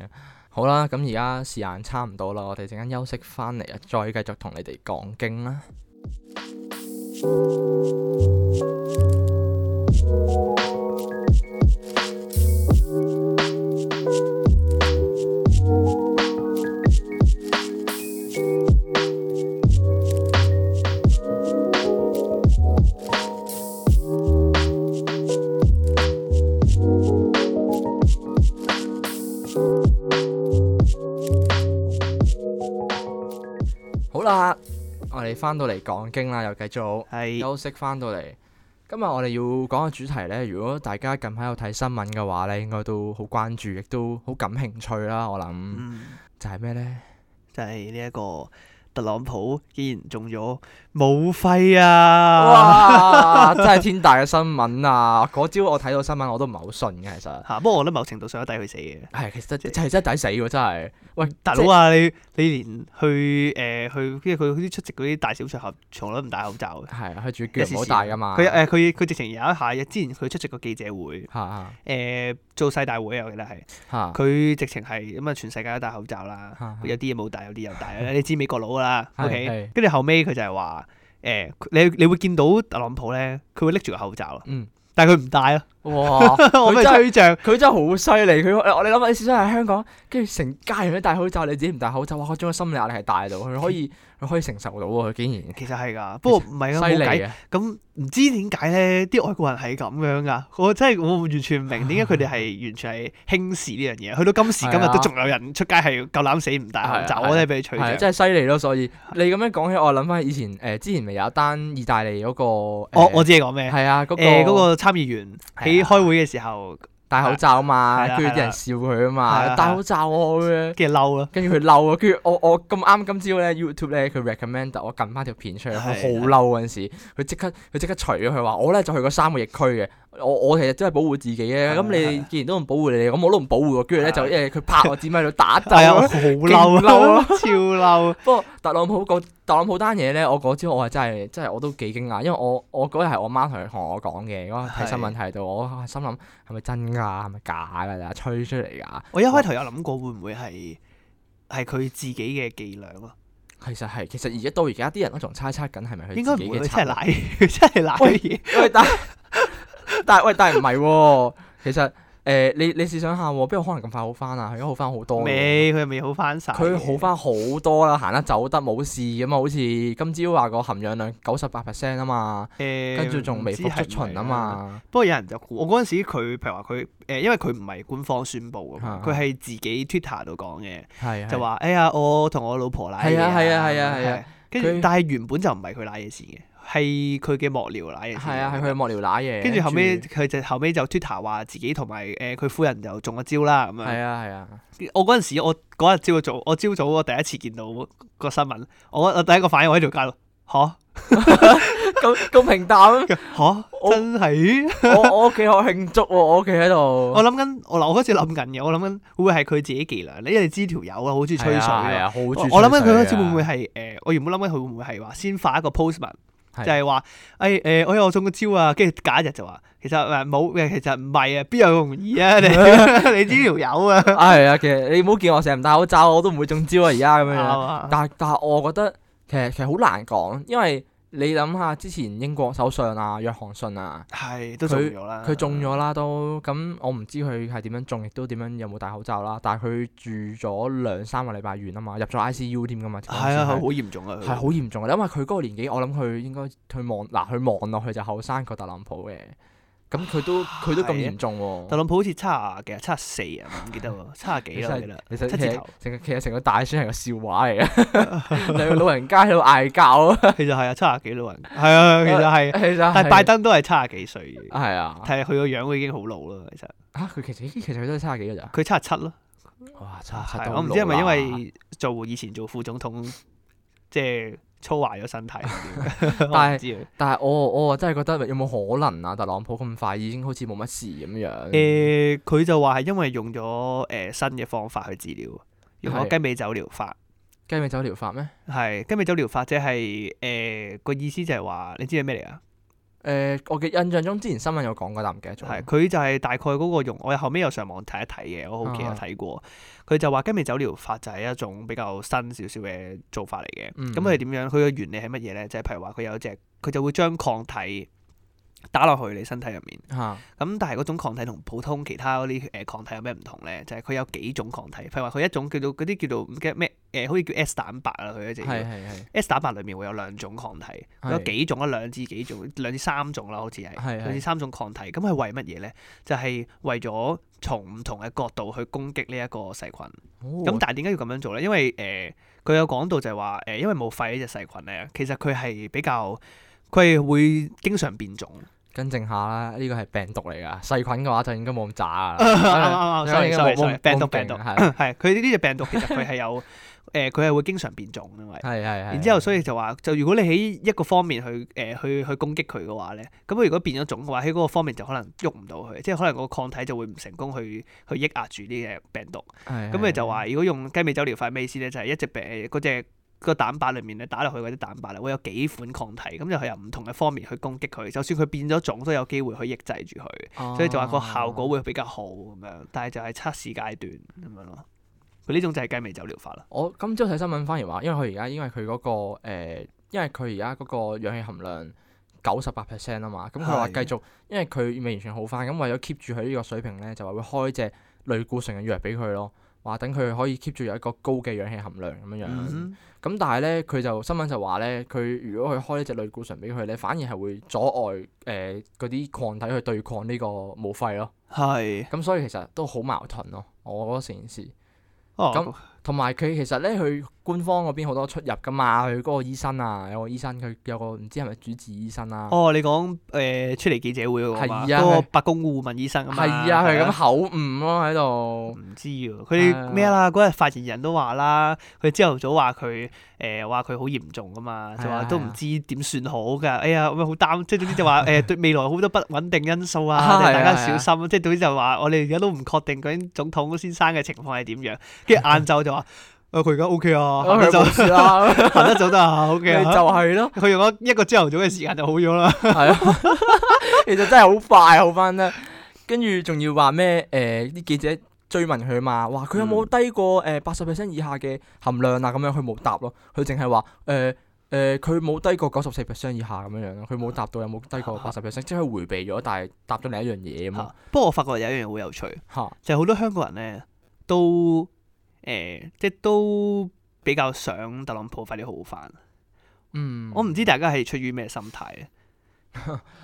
A: 好啦，咁而家時間差唔多啦，我哋陣間休息翻嚟啊，再繼續同你哋講經啦。好啦，我哋翻到嚟講經啦，又繼續
B: 係
A: 休息翻到嚟。今日我哋要講嘅主題呢，如果大家近排有睇新聞嘅話呢，應該都好關注，亦都好感興趣啦。我諗
B: 嗯，
A: 就係咩 呢？
B: 就係呢一個特朗普竟然中咗武肺啊！
A: 哇！真係天大嘅新聞啊！嗰朝我睇到新聞我都唔係好信嘅，其實。
B: 嚇，不過我覺得某程度上都抵佢死嘅。
A: 係，其實真係真係抵死喎，真係。喂，
B: 大佬啊，你你連去誒、呃去，跟住佢啲出席嗰啲大小場合，從來都唔戴口罩嘅
A: 即係，。係啊，佢
B: 一
A: 仲要
B: 時
A: 腳
B: 時
A: 唔好大噶嘛。
B: 佢誒佢佢直情有一下，之前佢出席個記者會，誒、
A: 嚇
B: 做世大會啊，我記得係。
A: 嚇
B: 佢直情係咁啊，全世界都戴口罩啦
A: 嚇，
B: 有啲嘢冇戴，有啲有戴，你知美國佬噶啦
A: 啊 係
B: ，OK
A: 係。
B: 跟住後尾佢就係話誒，佢你你會見到特朗普咧，佢會拎住個口罩，啊
A: 嗯，
B: 但係佢唔戴咯，
A: 哇！
B: 我咪
A: 佢真
B: 吹
A: 係
B: 脹。
A: 佢真係好犀利，佢呃我你諗下，你試想喺香港，跟住成家人都戴口罩，你自己唔戴口罩，哇！佢將個心理壓力係大到，佢可以佢可以承受到喎，佢竟然
B: 其實係㗎，不過唔係啊，
A: 犀
B: 冇
A: 利
B: 計。
A: 嘅。
B: 咁唔知點解咧，啲外國人係咁樣噶，我真係我完全唔 明點解佢哋係完全係輕視呢樣嘢，去到今時今日
A: 係啊
B: 都仲有人出街係夠膽死唔戴口罩，
A: 係啊
B: 我真係俾佢取
A: 係
B: 獎。
A: 真係犀利咯，所以你咁樣講起，我諗翻以前誒，之前咪有一單意大利嗰個，
B: 我我
A: 誒
B: 知你講咩？
A: 哦係啊嗰個
B: 誒嗰個參議員
A: 啊
B: 喺開會嘅時候
A: 戴口罩啊嘛，
B: 係啦
A: 跟住啲人笑佢啊
B: 係啦
A: 嘛，戴口罩我嘅。
B: 跟住嬲啦，
A: 跟住佢嬲啊！跟住我我咁啱今朝咧 YouTube 咧佢 recommend 我撳翻條片出嚟，佢好
B: 係
A: 嬲嗰陣時，佢即刻佢即刻除咗佢話我咧就去過三個疫區嘅，我我其實真係保護自己嘅。咁
B: 係
A: 你
B: 係
A: 既然都唔保護你，咁我都唔保護喎。跟住咧就因為佢拍我指咪喺度打
B: 係啊，我
A: 鬥。
B: 好嬲
A: 勁嬲
B: 啊
A: 啊，
B: 超嬲，
A: 不過特朗普個特朗普單嘢咧，我嗰朝我係真係真係我都幾驚訝，因為我我嗰日係我媽同佢同我講嘅，嗰日睇新聞睇到，我心諗係咪真㗎？係咪假㗎咋？吹出嚟㗎？
B: 我一開頭有諗過會唔會係係佢自己嘅伎倆咯，
A: 其實係，其實而家到而家啲人都仲猜測緊係咪佢
B: 應該
A: 自己
B: 唔會
A: 嘅
B: 佢
A: 策
B: 真係
A: 略。
B: 賴，佢真係賴嘢，
A: 喂，但 但係喂，但係唔係喎？其實誒、呃你你試想下喎，邊個可能咁快好翻啊？佢而家好翻好多嘅。
B: 未佢未好翻晒，
A: 佢好翻好多啦，行得走得冇事咁啊！好似今朝話個含氧量九十八 percent 啊嘛，
B: 誒，
A: 跟住仲微
B: 唔知
A: 服出
B: 係咪
A: 巡啊嘛。
B: 不過有人就估我嗰陣時佢，譬如話佢誒，因為佢唔係官方宣佈噶嘛，
A: 啊
B: 佢係自己 Twitter 度講嘅，
A: 係
B: 就話：哎呀，我同我老婆賴嘢
A: 係啊係啊係啊係啊。
B: 跟住
A: 佢
B: 但係原本就唔係佢賴嘢事嘅，係佢嘅幕僚賴嘢事。
A: 係啊，係佢。幕僚揦嘢，
B: 跟住後尾，佢就後尾就 Twitter 話自己同埋誒佢夫人就中咗招啦咁
A: 係
B: 樣。
A: 啊係啊，
B: 我嗰陣時我嗰日朝早，我朝早我第一次見到個新聞，我我第一個反應我喺條街度吓
A: 咁咁平淡，
B: 吓
A: 我
B: 真係。
A: 我我屋企好慶祝喎，我屋企喺度，
B: 我諗緊，我嗱，我嗰次諗緊嘅，我諗緊會唔會係佢自己伎倆咧？因為你知條友啊，好中意吹水
A: 係啊係
B: 啊。
A: 啊，好
B: 我
A: 我
B: 我諗緊佢嗰次會唔會係誒？我原本諗緊佢會唔會係話先發一個 postman，
A: 係
B: 就係話哎誒誒，我有中個招啊，跟住假一日就話其實誒冇嘅，其實唔係啊，邊有容易 啊？你 你知條友啊，
A: 啊係啊，其實你唔好見我成日唔戴口罩，我都唔會中招啊而家咁樣樣。
B: 啱啊
A: 但但係我覺得其實其實好難講，因為你諗下之前英國首相啊約翰遜啊，
B: 係都中咗啦，
A: 佢中咗啦都，咁我唔知佢係點樣中，亦都點樣有冇戴口罩啦。但係佢住咗兩三個禮拜院啊嘛，入咗 ICU 添噶嘛。
B: 係啊，係
A: 嗰陣時
B: 好嚴重啊，
A: 係好嚴重嘅，因為佢嗰個年紀，我諗佢應該佢望嗱，佢望落去就後生過特朗普嘅，咁佢都佢都咁
B: 係啊
A: 嚴重喎。
B: 特朗普好似七啊幾啊，七啊四啊，唔記得 喎，七啊幾啦，我記得
A: 其實
B: 七
A: 其
B: 字
A: 實
B: 頭，
A: 成個其實成個大選係個笑話嚟嘅， 兩個老人家喺度嗌 交啊。
B: 其實係啊，七啊幾老人，係啊，其實 係，
A: 其實
B: 但係拜登都係七啊幾歲嘅。
A: 係啊，
B: 睇下佢個樣，已經好老啦。其實
A: 嚇啊佢其實其實佢都係三十幾嘅咋。啊
B: 佢七十七咯，
A: 哇！真係
B: 係我唔知係咪
A: 啊
B: 因為做以前做副總統，即係操壞咗身體定點，我唔知啊。
A: 但係我我真係覺得有冇可能啊？特朗普咁快已經好似冇乜事咁樣。
B: 誒，佢就話係因為用咗誒新嘅方法去治療，用咗
A: 係
B: 雞尾酒療法。
A: 雞尾酒療法咩？
B: 係雞尾酒療法，即係誒個意思就係話，你知係咩嚟啊？
A: 誒，我嘅印象中之前新聞有講過，但唔記得咗。
B: 係佢就係大概嗰個用，我後尾又上網睇一睇嘅，我好奇有
A: 啊
B: 睇過。佢就話雞尾酒療法就係一種比較新少少嘅做法嚟嘅。
A: 嗯
B: 咁佢係點樣？佢嘅原理係乜嘢咧？就係譬如話佢有隻，佢就會將抗體打落去你身體入面。
A: 嚇
B: 咁但係嗰種抗體同普通其他嗰啲誒抗體有咩唔同咧？就係、佢有幾種抗體，譬如話佢一種叫做嗰啲叫做唔記得咩誒、好似叫 S 蛋白啦，佢一隻
A: 係
B: 叫
A: 係係。
B: S 蛋白裡面會有兩種抗體，有
A: 係
B: 幾種啦，兩至幾種，兩至三種啦，好似係
A: 係
B: 兩至
A: 係
B: 三種抗體。咁係為乜嘢咧？就係、為咗從唔同嘅角度去攻擊呢一個細菌。咁
A: 咁
B: 但係點解要咁樣做咧？因為誒佢、有講到就係話誒，因為冇肺呢隻細菌咧，其實佢係比較佢係會經常變 種。
A: 更正下啦，呢個係病毒嚟㗎，細菌嘅話就應該冇咁 渣
B: 啱啱
A: 啦。
B: 啱啊
A: 因為
B: ，sorry
A: 應該
B: sorry
A: 冇
B: sorry，
A: 冇
B: 病毒
A: 冇
B: 病啊毒
A: 勁係
B: 係佢呢隻病毒其實佢係有 誒，佢係會經常變種因為。
A: 係係係。
B: 然之後，所以就話，就如果你喺一個方面去誒、呃去去攻擊佢嘅話咧，咁佢如果變咗種嘅話，喺嗰個方面就可能喐唔到佢，即係可能個抗體就會唔成功去去抑壓住呢隻病毒。
A: 咁
B: 咁佢就話，如果用雞尾酒療法咩意思咧？就係、一隻病呃嗰隻個蛋白裡面咧打落去嗰啲蛋白咧，會有幾款抗體，咁就係由唔同嘅方面去攻擊佢。就算佢變咗種，都有機會去抑制住佢，
A: 哦
B: 所以就話個效果會比較好咁樣。但係就係測試階段咁樣咯。佢呢種就係雞尾酒療法啦。
A: 我今朝睇新聞反而話，因為佢而家因為佢嗰、個、呃、因為佢而家嗰個氧氣含量九十八 percent 啊嘛，咁佢話繼
B: 係
A: 續，因為佢未完全好翻，咁為咗 keep 住佢呢個水平咧，就話會開隻類固醇嘅藥俾佢咯，話等佢可以 keep 住有一個高嘅氧氣含量咁樣樣。
B: 嗯
A: 咁、
B: 哼
A: 但係咧，佢就新聞就話咧，佢如果佢開呢隻類固醇俾佢咧，反而係會阻礙誒嗰啲抗體去對抗呢個武肺咯。
B: 係
A: 咁所以其實都好矛盾咯，我覺得成件事。
B: 哦，
A: 咁同埋佢其實咧，佢官方嗰邊好多出入噶嘛，佢嗰個醫生啊，有個醫生，佢有個唔知係咪主治醫生啊，
B: 哦，你講誒出嚟記者會嗰個嘛，
A: 係啊
B: 嗰個
A: 係
B: 白宮顧問醫生啊嘛，
A: 係啊，佢
B: 係
A: 咁口誤咯喺度，
B: 唔知喎，佢
A: 啊
B: 哋咩啦？嗰日發言人都話啦，佢朝頭早話佢誒話佢好嚴重噶嘛，就
A: 係
B: 話
A: 啊
B: 都唔知點算好㗎。哎呀，咁樣好擔，即係總之就 話誒對未來好多不穩定因素啊，
A: 啊
B: 我哋大家
A: 係啊係
B: 小
A: 啊
B: 心。即係總之就話我哋而家都唔確定究竟總統先生嘅情況係點樣。跟 住晏晝就話誒佢而家 O K 啊，行
A: 哦佢
B: 得走
A: 冇事啦，
B: 行得走得啊，O K
A: 咪就
B: 啊。
A: 係咯，
B: 佢用咗一個朝頭早嘅時間就好咗啦。
A: 係 啊，其實真係好快好翻啦，跟住仲要話咩誒啲記者追問佢嘛，話佢有冇
B: 嗯
A: 低過誒八十 percent 以下嘅含量啊咁樣，佢冇答咯，佢淨係話誒。誒佢冇低過九十四 percent 以下咁樣樣咯，佢冇答到有冇低過八十 percent，即係佢迴避咗，但係答咗另一樣嘢咁咯
B: 啊不過我發覺有一樣嘢好有趣。
A: 嚇。
B: 就係好多香港人咧都誒、即係都比較想特朗普快啲好翻。
A: 嗯，
B: 我唔知大家係出於咩心態啊咧。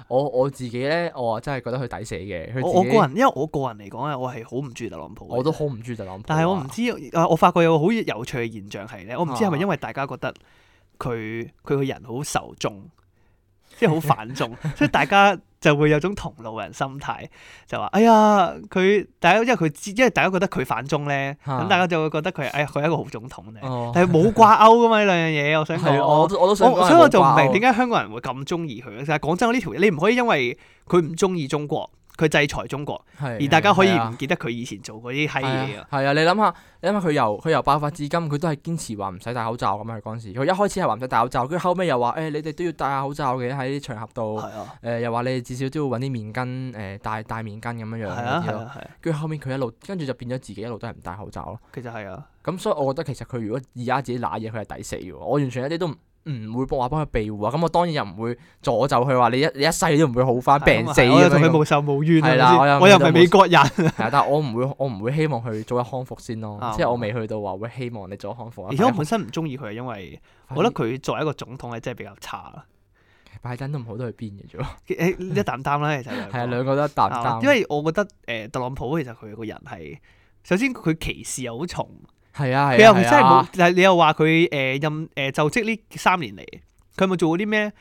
A: 我我自己咧，我啊真係覺得佢抵死嘅。佢
B: 我我
A: 自己
B: 個人，因為我個人嚟講咧，我係好唔中意特朗普嘅。
A: 我都好唔中意特朗普啊。
B: 但係我唔知，啊我發覺有個好有趣嘅現象係咧，我唔知係咪
A: 啊
B: 因為大家覺得佢佢個人好仇中，即係好反 中，所以大家就會有種同路人心態，就話：哎呀，佢大家因為佢知，因為大家覺得佢反中咧，
A: 啊
B: 咁大家就會覺得佢係哎呀，佢係一個好總統咧。
A: 哦，
B: 但係冇掛鈎噶嘛呢兩樣嘢，我想
A: 係啊
B: 講。
A: 我
B: 我
A: 都我都想講係冇掛鈎，
B: 所以我就唔明點解香港人會咁中意佢。但係講真，呢條你唔可以因為佢唔中意中國，佢制裁中國，
A: 係
B: 而大家可以
A: 係
B: 唔
A: 啊
B: 記得佢以前做嗰啲閪嘢
A: 係啊
B: 啊。
A: 係啊，你諗下，你諗下佢由佢由爆發至今，佢都係堅持話唔使戴口罩咁樣。佢嗰陣時，佢一開始係話唔使戴口罩，跟住後尾又話誒，你哋都要戴下口罩嘅喺啲場合度。
B: 係啊，
A: 誒又話你哋至少都要揾啲面巾誒戴戴面巾咁樣
B: 係
A: 樣嗰
B: 啊，
A: 啲
B: 係
A: 咯。
B: 啊，係啊。
A: 跟住後面佢一路跟住就變咗自己一路都係唔戴口罩咯。
B: 其實係啊，
A: 咁所以我覺得其實佢如果而家自己揦嘢，佢係抵死嘅喎。我完全一啲都唔唔會幫話幫佢庇護啊。咁我當然又唔會助咒佢話你一你一世都唔會好翻，病死
B: 係啊我又
A: 咁
B: 同佢
A: 樣。
B: 無仇無怨啊
A: 係
B: 係
A: 啦
B: 咪先我
A: 我
B: 又
A: 又
B: 唔係美國人，
A: 係啊，但係我唔會我唔會希望佢早日康復先咯
B: 啱。
A: 即係我未去到話會希望你早日康 復啊。
B: 而且啊我本身唔中意佢，係因為我覺得佢作為一個總統係真係比較差啦。
A: 拜登都唔好得去邊嘅啫喎。
B: 誒一擔擔啦，其實兩個
A: 嗯係啊，兩個都一啖
B: 啊
A: 擔。
B: 因為我覺得誒特朗普其實佢個人係首先佢歧視又好重。
A: 係啊
B: 佢
A: 係
B: 又
A: 啊
B: 真
A: 係
B: 係冇
A: 啊，，
B: 但係你又話佢誒任誒就職呢三年嚟，佢有冇做過啲咩？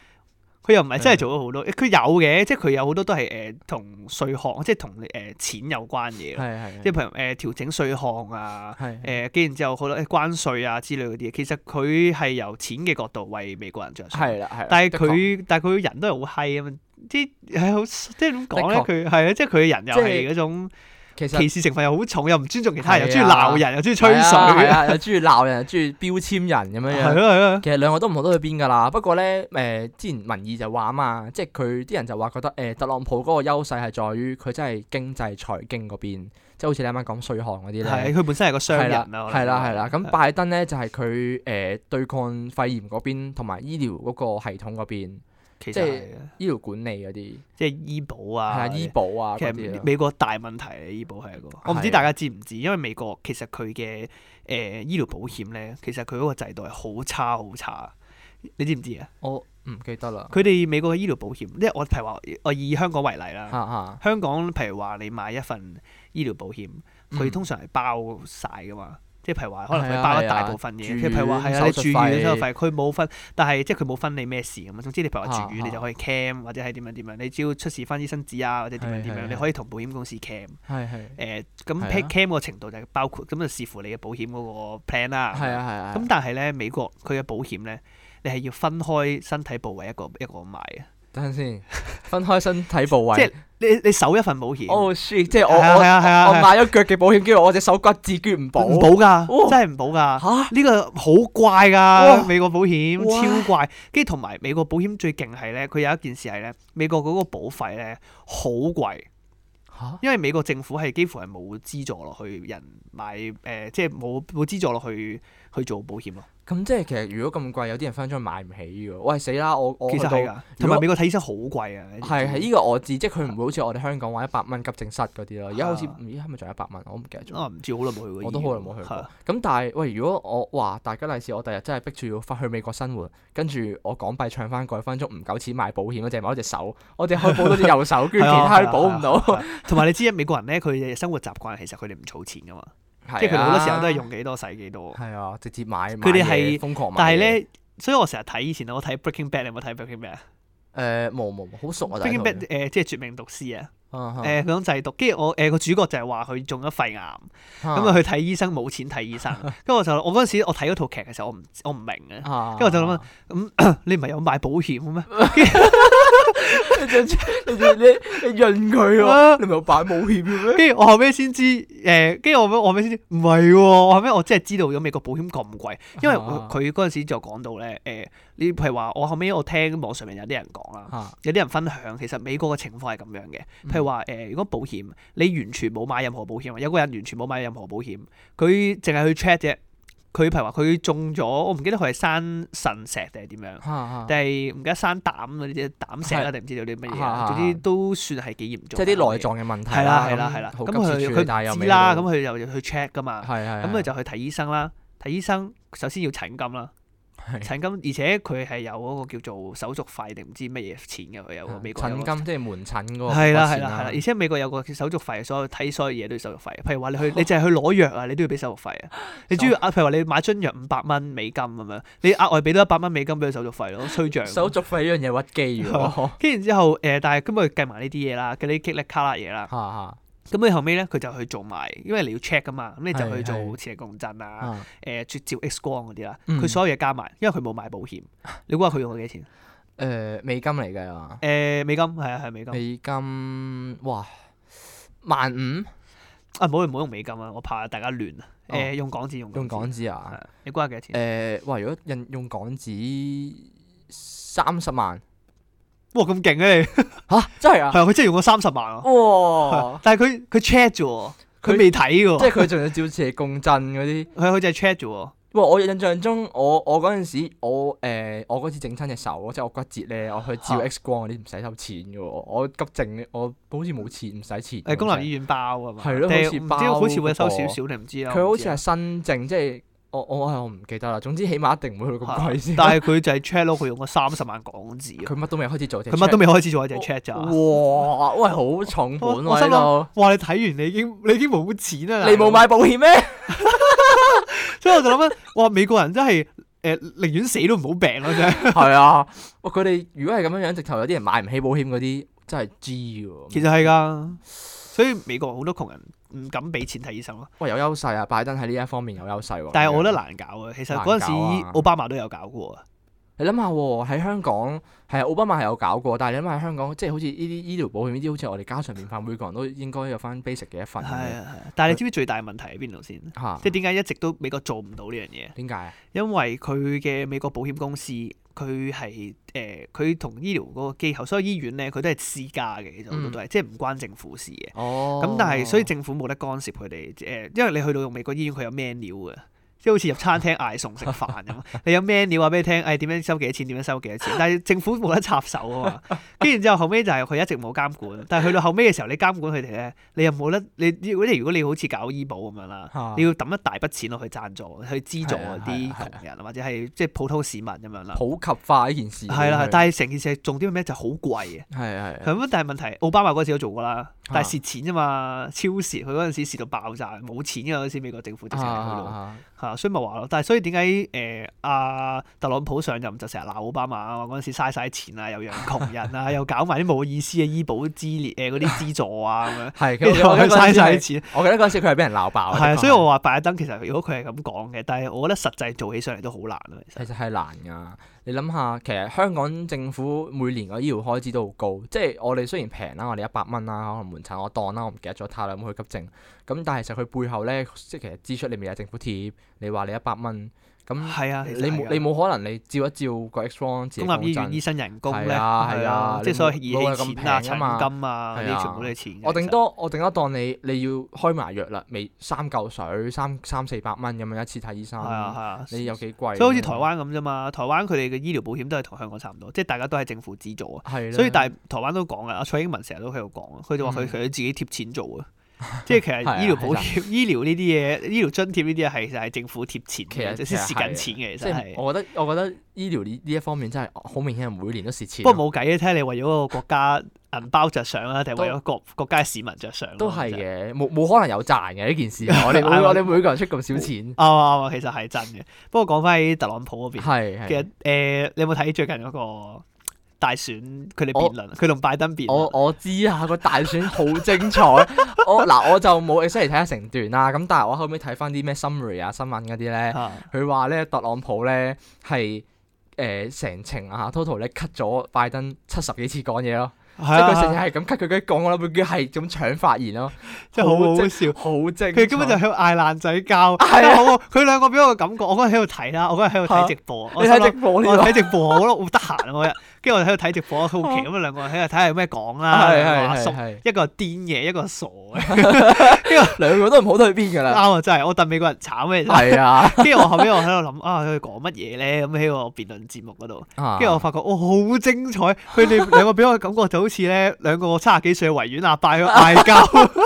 B: 佢又唔係真係做咗好多，佢有嘅，即係佢有好多都係誒同税項，即係同誒錢有關嘢
A: 係
B: 咯，
A: 啊係
B: 即係譬如誒調整税項啊，
A: 係係
B: 誒跟然之後好多誒關税啊之類嗰啲嘢，其實佢係由錢嘅角度為美國人着想，
A: 係啦係啦。
B: 但係
A: 的確
B: 佢但係佢人都係好閪咁樣，即係好即係點講咧？
A: 的確
B: 佢係啊，即係佢人又
A: 即
B: 係
A: 係
B: 嗰種
A: 其實啊
B: 歧視成分又好重，又唔尊重其他人，又
A: 係
B: 中意
A: 啊
B: 鬧人，又中意吹水，
A: 係啊係
B: 係
A: 啊，又中意鬧人，又中意標籤人咁樣樣
B: 咯。係咯。
A: 其實兩個都唔好得去邊㗎啦，不過咧誒、之前民意就話啊嘛，即係佢啲人就話覺得誒、特朗普嗰個優勢係在於佢真係經濟財經嗰邊，即係好似你啱啱講税項嗰啲
B: 係
A: 咧，
B: 佢本身係個商
A: 係
B: 人
A: 啦
B: 啊，我諗
A: 係啦係啦，咁拜登咧就係佢誒對抗肺炎嗰邊同埋醫療嗰個系統嗰邊，
B: 其實
A: 即係
B: 係啊
A: 醫療管理嗰啲，
B: 即係醫保
A: 係啊
B: 啊，
A: 醫保啊
B: 其
A: 嗰啲
B: 實
A: 啊，
B: 美國大問題嚟，醫保係一個，我唔知
A: 係
B: 大家知唔知，因為美國其實佢嘅誒醫療保險咧，其實佢嗰個制度係好差好差，你知唔知啊？
A: 我唔記得啦，
B: 佢哋美國嘅醫療保險，即係我譬如話，我以香港為例
A: 嚇
B: 啦，
A: 嚇，
B: 香港譬如話你買一份醫療保險，佢
A: 嗯
B: 通常係包晒噶嘛。即係譬如話，可能
A: 係
B: 佢
A: 啊
B: 包一
A: 係
B: 大
A: 啊
B: 部分嘢，
A: 住
B: 即係譬如話係啊，
A: 院
B: 你住
A: 手術
B: 院
A: 費
B: 手術費，佢冇分，但係即係佢冇分你咩事咁嘛。總之你譬如話住院，
A: 啊
B: 你就可以 cam 或者係點樣點樣，你只要出示翻醫生紙啊，或者點樣點
A: 係
B: 樣，
A: 係
B: 你可以同保險公司 cam。
A: 係係
B: 誒咁
A: 係啊
B: cam 個程度就係包括咁就視乎你嘅保險嗰個 plan 啦。
A: 係啊係啊，
B: 咁但係咧，美國佢嘅保險咧，你係要分開身體部位一個一個買嘅。
A: 等陣先，分開身體部位，
B: 即係你你手一份保險，
A: 哦 shit，即係我
B: 係啊
A: 我
B: 係啊係啊
A: 我
B: 係啊
A: 買咗腳嘅保險，跟住我隻手骨折，跟住唔
B: 唔
A: 保。
B: 保㗎，
A: 哦
B: 真係唔保㗎。
A: 嚇
B: 呢個好怪㗎，
A: 哇
B: 美國保險
A: 哇
B: 超怪，跟住同埋美國保險最勁係咧，佢有一件事係咧，美國嗰個保費咧好貴，
A: 嚇
B: 因為美國政府係幾乎係冇資助落去人買誒、呃即係冇冇資助落去去做保險咯。
A: 咁即係其實如果咁貴，有啲人分分鐘買唔起嘅。喂死啦！我我
B: 其實
A: 去到
B: 係㗎，
A: 如
B: 同
A: 果
B: 埋美國睇醫生好貴啊。
A: 係係呢個我知，即係佢唔會好似我哋香港話一百蚊急症室嗰啲咯。而家好似
B: 啊哦
A: 唔知係咪仲有一百蚊，我唔記得咗。
B: 我唔知好耐冇去過醫院，
A: 我都好耐冇去過
B: 係啊。
A: 咁但係喂，如果我哇大家利是，我第日真係逼住要翻去美國生活，跟住我港幣唱翻過分鐘唔夠錢買保險，我啊淨係買咗隻手，我淨係可以保到隻右手，跟住
B: 係
A: 其
B: 啊
A: 他
B: 係啊
A: 都
B: 係
A: 保唔
B: 啊
A: 到。
B: 係啊同埋你知啊，美國人咧，佢嘅生活習慣其實佢哋唔儲錢㗎嘛。
A: 係
B: 即係佢哋好多時候都係
A: 啊
B: 用幾多使幾多。
A: 係啊，直接買。
B: 佢哋
A: 買嘢
B: 係
A: 瘋狂買嘢，
B: 但係咧，所以我成日睇以前啊我睇 Breaking Bad，你有冇睇 Breaking Bad 啊
A: 誒冇冇冇好熟啊！大家
B: ？Breaking
A: 都
B: Bad 誒即係絕命毒師啊！
A: 啊哈
B: 誒佢講製毒，跟住我誒個主角就係話佢中咗肺癌，咁啊去睇醫生冇錢睇醫 生，跟住我就我嗰陣時我睇嗰套劇嘅時候，我唔我唔明嘅。
A: 啊
B: 跟住我就諗 你唔係有買保險嘅咩？
A: 你就你就你你潤佢喎，你咪有擺保險嘅
B: 啊
A: 咩？
B: 跟住我後尾先知，誒，跟住我我後尾先知，唔係喎，我後尾我真係知道咗美國保險咁貴，因為
A: 啊
B: 佢嗰陣時就講到咧，誒，你譬如話我後尾我聽網上面有啲人講啊啦，
A: 嚇
B: 有啲人分享，其實美國嘅情況係咁樣嘅，
A: 嗯
B: 譬如話呃誒，如果保險你完全冇買任何保險，有個人完全冇買任何保險，佢淨係去 check 啫，佢譬如話佢中咗，我唔記得佢係生腎石定係點樣。
A: 嚇
B: 定係唔記得生膽嗰啲膽石啊，定唔知有啲乜嘢啊，
A: 啊
B: 總之都算係幾嚴
A: 即
B: 重。啊
A: 係啲內臟嘅問題
B: 係啦係啦係啦，
A: 好
B: 咁
A: 急
B: 佢
A: 切處理，但
B: 佢
A: 係又
B: 唔
A: 未
B: 知啦，咁
A: 到
B: 佢又去 check 噶嘛，
A: 係係
B: 咁佢就去睇醫生啦。睇醫生首先要診金啦，
A: 係
B: 診金而且佢係有嗰個叫做手續費定唔知乜嘢錢嘅，佢有個美國有
A: 診
B: 個。
A: 啊金即係門診嗰個
B: 係啦
A: 筆
B: 係
A: 錢啊
B: 啦係啦，而且美國有個手續費，所有睇所有嘢都要手續費。譬如話你去，你 淨係去攞藥啊，你都要俾手續費啊。你主要譬如話你買樽藥五百蚊美金咁樣，你額外俾多一百蚊美金俾佢手續費咯，吹漲。
A: 手續費呢樣嘢屈 機 喎，嚇
B: 跟住之後，誒、但係咁啊佢計埋呢啲嘢啦，嗰啲激力卡啦嘢啦，
A: 嚇
B: 咁佢後尾咧佢就去做埋，因為你要 check 噶嘛，咁你就去
A: 係
B: 做磁力共振啊，
A: 啊
B: 誒照照 X 光嗰啲啦，
A: 嗯
B: 佢、所有嘢加埋，因為佢冇買保險，你估下佢用咗幾錢？誒、啊
A: 誒美金嚟㗎嘛？
B: 美金係啊係美金，
A: 美金哇萬五
B: 啊唔好唔好用美金啊，我怕大家亂啊，誒、
A: 哦
B: 用港紙用
A: 用港
B: 紙，
A: 紙啊
B: 係？啊你估下幾多錢？
A: 誒哇！如果印用港紙三十萬
B: 哇咁勁啊你，
A: 嚇，真係啊！
B: 係啊佢真係用咗三十萬啊，
A: 哇！
B: 但係佢佢 check 啫喎， 佢
A: 佢
B: 未睇嘅
A: 即
B: 喎，
A: 係哦佢仲要照射共振嗰啲。
B: 佢佢就係 check 啫喎，
A: 哇！我印象中，我我嗰陣時，我誒、呃我嗰次整親隻手，即係我骨折咧，我去照
B: 嚇
A: X 光嗰啲唔使收錢嘅喎。我急症我好似冇錢，唔使錢。
B: 誒公立醫院包啊嘛，
A: 係咯
B: 定
A: 好似
B: 唔知
A: 包
B: 好似會收少
A: 嗰個
B: 少，你唔知啊，
A: 佢
B: 我唔
A: 好
B: 知
A: 似
B: 啊
A: 係新症，即係我我係我唔記得啦。總之起碼一定唔會去到咁貴
B: 係
A: 先。
B: 但係佢就係 check 咯，佢用咗三十萬港紙啊，
A: 佢哦乜都未開始做，
B: 佢乜都未開始做，佢就係 check 咋。
A: 哇！喂，好重本
B: 我
A: 喎
B: 我心啊
A: 喺度。
B: 哇！你睇完你已經你已經冇錢啦，
A: 你冇
B: 大佬，
A: 買保 險咩？
B: 所以我就諗緊，啊哇！美國人真係誒寧願死都唔好病咯，真係。
A: 係啊，哇！佢哋如果係咁樣樣，直頭有啲人買唔起保險嗰啲，真係知喎。
B: 其實係㗎，所以美國好多窮人唔敢俾錢睇醫生咯。
A: 喂，有優勢啊！拜登喺呢一方面有優勢喎。
B: 但係我覺得
A: 咁樣，
B: 難搞啊。其實
A: 難
B: 嗰陣時
A: 搞啊
B: 奧巴馬都有搞過啊。
A: 你諗下喎，喺香港係奧巴馬係有搞過，但係你諗下香港，即係好似呢啲醫療保險呢啲，好似我哋家常便飯，每個
B: 啊
A: 人都應該有翻 basic 嘅一份
B: 係
A: 咁
B: 啊
A: 樣。
B: 係啊，但係你知唔知最大問題喺邊度先？
A: 嚇
B: 即係點解一直都美國做唔到呢樣嘢？
A: 點解啊？
B: 因為佢嘅美國保險公司，佢係誒佢同醫療嗰個機構，所有醫院咧佢都係私家嘅，其實好多都係、
A: 嗯
B: 即係唔關政府事嘅。
A: 哦，
B: 咁、但係所以政府冇得干涉佢哋誒，因為你去到用美國醫院佢有 menu 嘅。即係好似入餐廳嗌餸食飯 咁，啊你有 menu 話俾你聽，誒點樣收幾多錢，點樣收幾多錢，但係政府冇得插手啊 嘛。跟住之後後尾就係佢一直冇監管，但係去到後尾嘅時候，你監管佢哋咧，你又冇得你如果你如果你好似搞醫保咁樣啦，
A: 嚇
B: 你要抌一大筆錢落去贊助、去資助
A: 啊係啊
B: 啲
A: 係啊係啊
B: 窮人，或者係即係普通市民咁樣啦。
A: 普及化呢件事
B: 係啦，
A: 佢
B: 但係成件事係重點係咩？就係好貴啊！
A: 係係
B: 咁但係問題，奧巴馬嗰陣時都做過啦，但
A: 啊
B: 係蝕錢啫嘛，超蝕。佢嗰陣時蝕到爆炸，冇錢㗎嗰陣時，美國政府直
A: 啊
B: 情係去
A: 啊
B: 到
A: 啊
B: 嚇，所以咪話咯。但係所以點解誒阿特朗普上任就成日鬧奧巴馬話嗰陣時嘥晒錢啊，又養窮人啊，又搞埋啲冇意思嘅醫保資列誒嗰啲資助 啊咁樣，
A: 係
B: 跟
A: 佢
B: 住話
A: 我
B: 佢
A: 記得
B: 嘥
A: 嗰陣時
B: 晒啲
A: 係
B: 錢。
A: 我記得嗰陣時佢係俾人鬧爆嘅。
B: 係啊，
A: 的確
B: 所以我話拜登其實如果佢係咁講嘅，但係我覺得實際做起上嚟都好難啊。其
A: 其
B: 實
A: 實係難㗎，你諗下，其實香港政府每年個醫療開支都好高，即係我哋雖然平啦，我哋一百蚊啦，可能門診我當啦，我唔記得咗太耐有冇去急症，咁但係其實佢背後咧，即係其實支出裏面有政府貼，你話你一百蚊，咁
B: 係啊，其實
A: 你
B: 係
A: 冇
B: 㗎
A: 你冇可能你照一照個 X 光自己
B: 公立醫院醫
A: 醫
B: 生人工咧，
A: 係啊係啊
B: 即係
A: 你
B: 所有
A: 冇
B: 儀器錢啊、
A: 冇咁平啊嘛
B: 診金啊，呢
A: 係
B: 啲
A: 啊
B: 全部都係錢嘅。
A: 我頂
B: 其實
A: 多我頂多當你你要開埋藥啦，未三嚿水三三四百蚊咁樣一次睇醫
B: 係
A: 生，
B: 啊係啊，
A: 嗯你有幾貴？
B: 所以好似台灣咁啫嘛，台灣佢哋嘅醫療保險都係同香港差唔多，即係大家都係政府資助啊。
A: 係啦
B: 所以但係台灣都講啊噶，阿蔡英文成日都喺度講，啊佢就話佢
A: 嗯
B: 佢自己貼錢 做啊。即係其實
A: 係啊
B: 醫療保險、醫療呢啲嘢、醫療津貼呢啲嘢係其實係政府貼錢
A: 其
B: 嘅，
A: 實
B: 即係
A: 其
B: 蝕
A: 實係啊
B: 緊錢嘅，其
A: 即
B: 實
A: 係
B: 係。
A: 我覺得我覺得醫療呢呢一方面真係好明顯係每年都蝕
B: 啊
A: 錢。啊
B: 不過冇計嘅，睇下你為咗個國家誒、銀包着想啊啦，定係為咗國國家嘅市民着想啊咯？
A: 都係
B: 真。
A: 嘅，冇冇可能有賺嘅呢件事啊 係，我哋
B: 啊
A: 每我哋每個人出咁少錢，
B: 啱啊啱啊，其實係真嘅。不過講翻喺特朗普嗰邊，
A: 係
B: 其
A: 係。
B: 實誒，你有冇睇最近嗰個大選佢哋辯
A: 我
B: 論？佢同拜登辯
A: 我
B: 論。
A: 我知啊，個大選好精彩。 我嗱我就冇 e x 嚟睇下成段啦，咁但係我後尾睇翻啲咩 summary 啊新聞嗰啲咧，
B: 啊
A: 佢話咧特朗普咧係誒成程啊 total 咧 cut 咗拜登七十幾次講嘢咯，即
B: 係
A: 係佢
B: 啊
A: 成日係咁 cut 佢嗰啲講啦，佢係咁搶發言咯，
B: 真係好
A: 好
B: 好
A: 精
B: 笑。
A: 好精彩。
B: 佢根本就喺度嗌爛仔交，
A: 係啊
B: 真係好好佢兩個俾我嘅感覺，我嗰日喺度睇啦，我嗰日喺度睇直播，我
A: 你
B: 心
A: 睇直
B: 諗
A: 播呢
B: 我
A: 個
B: 睇直播，我覺得好得閒啊嗰日，跟住我喺度睇直 播，好奇咁啊兩個人喺度睇下有咩講啦，
A: 哦係
B: 兩個阿
A: 係
B: 叔
A: 係係，
B: 一個癲嘢，一個傻嘅，
A: 兩個都唔好對邊㗎啦。
B: 啱啊真係，我戥美國人慘咩啫？
A: 係啊，
B: 跟住我後尾我喺度諗啊，佢哋講乜嘢咧？咁喺個辯論節目嗰度，
A: 啊
B: 跟住我發覺哇好精彩，佢哋 兩個俾我嘅感覺就好似咧兩個三十幾歲嘅維園阿伯喺度嗌交。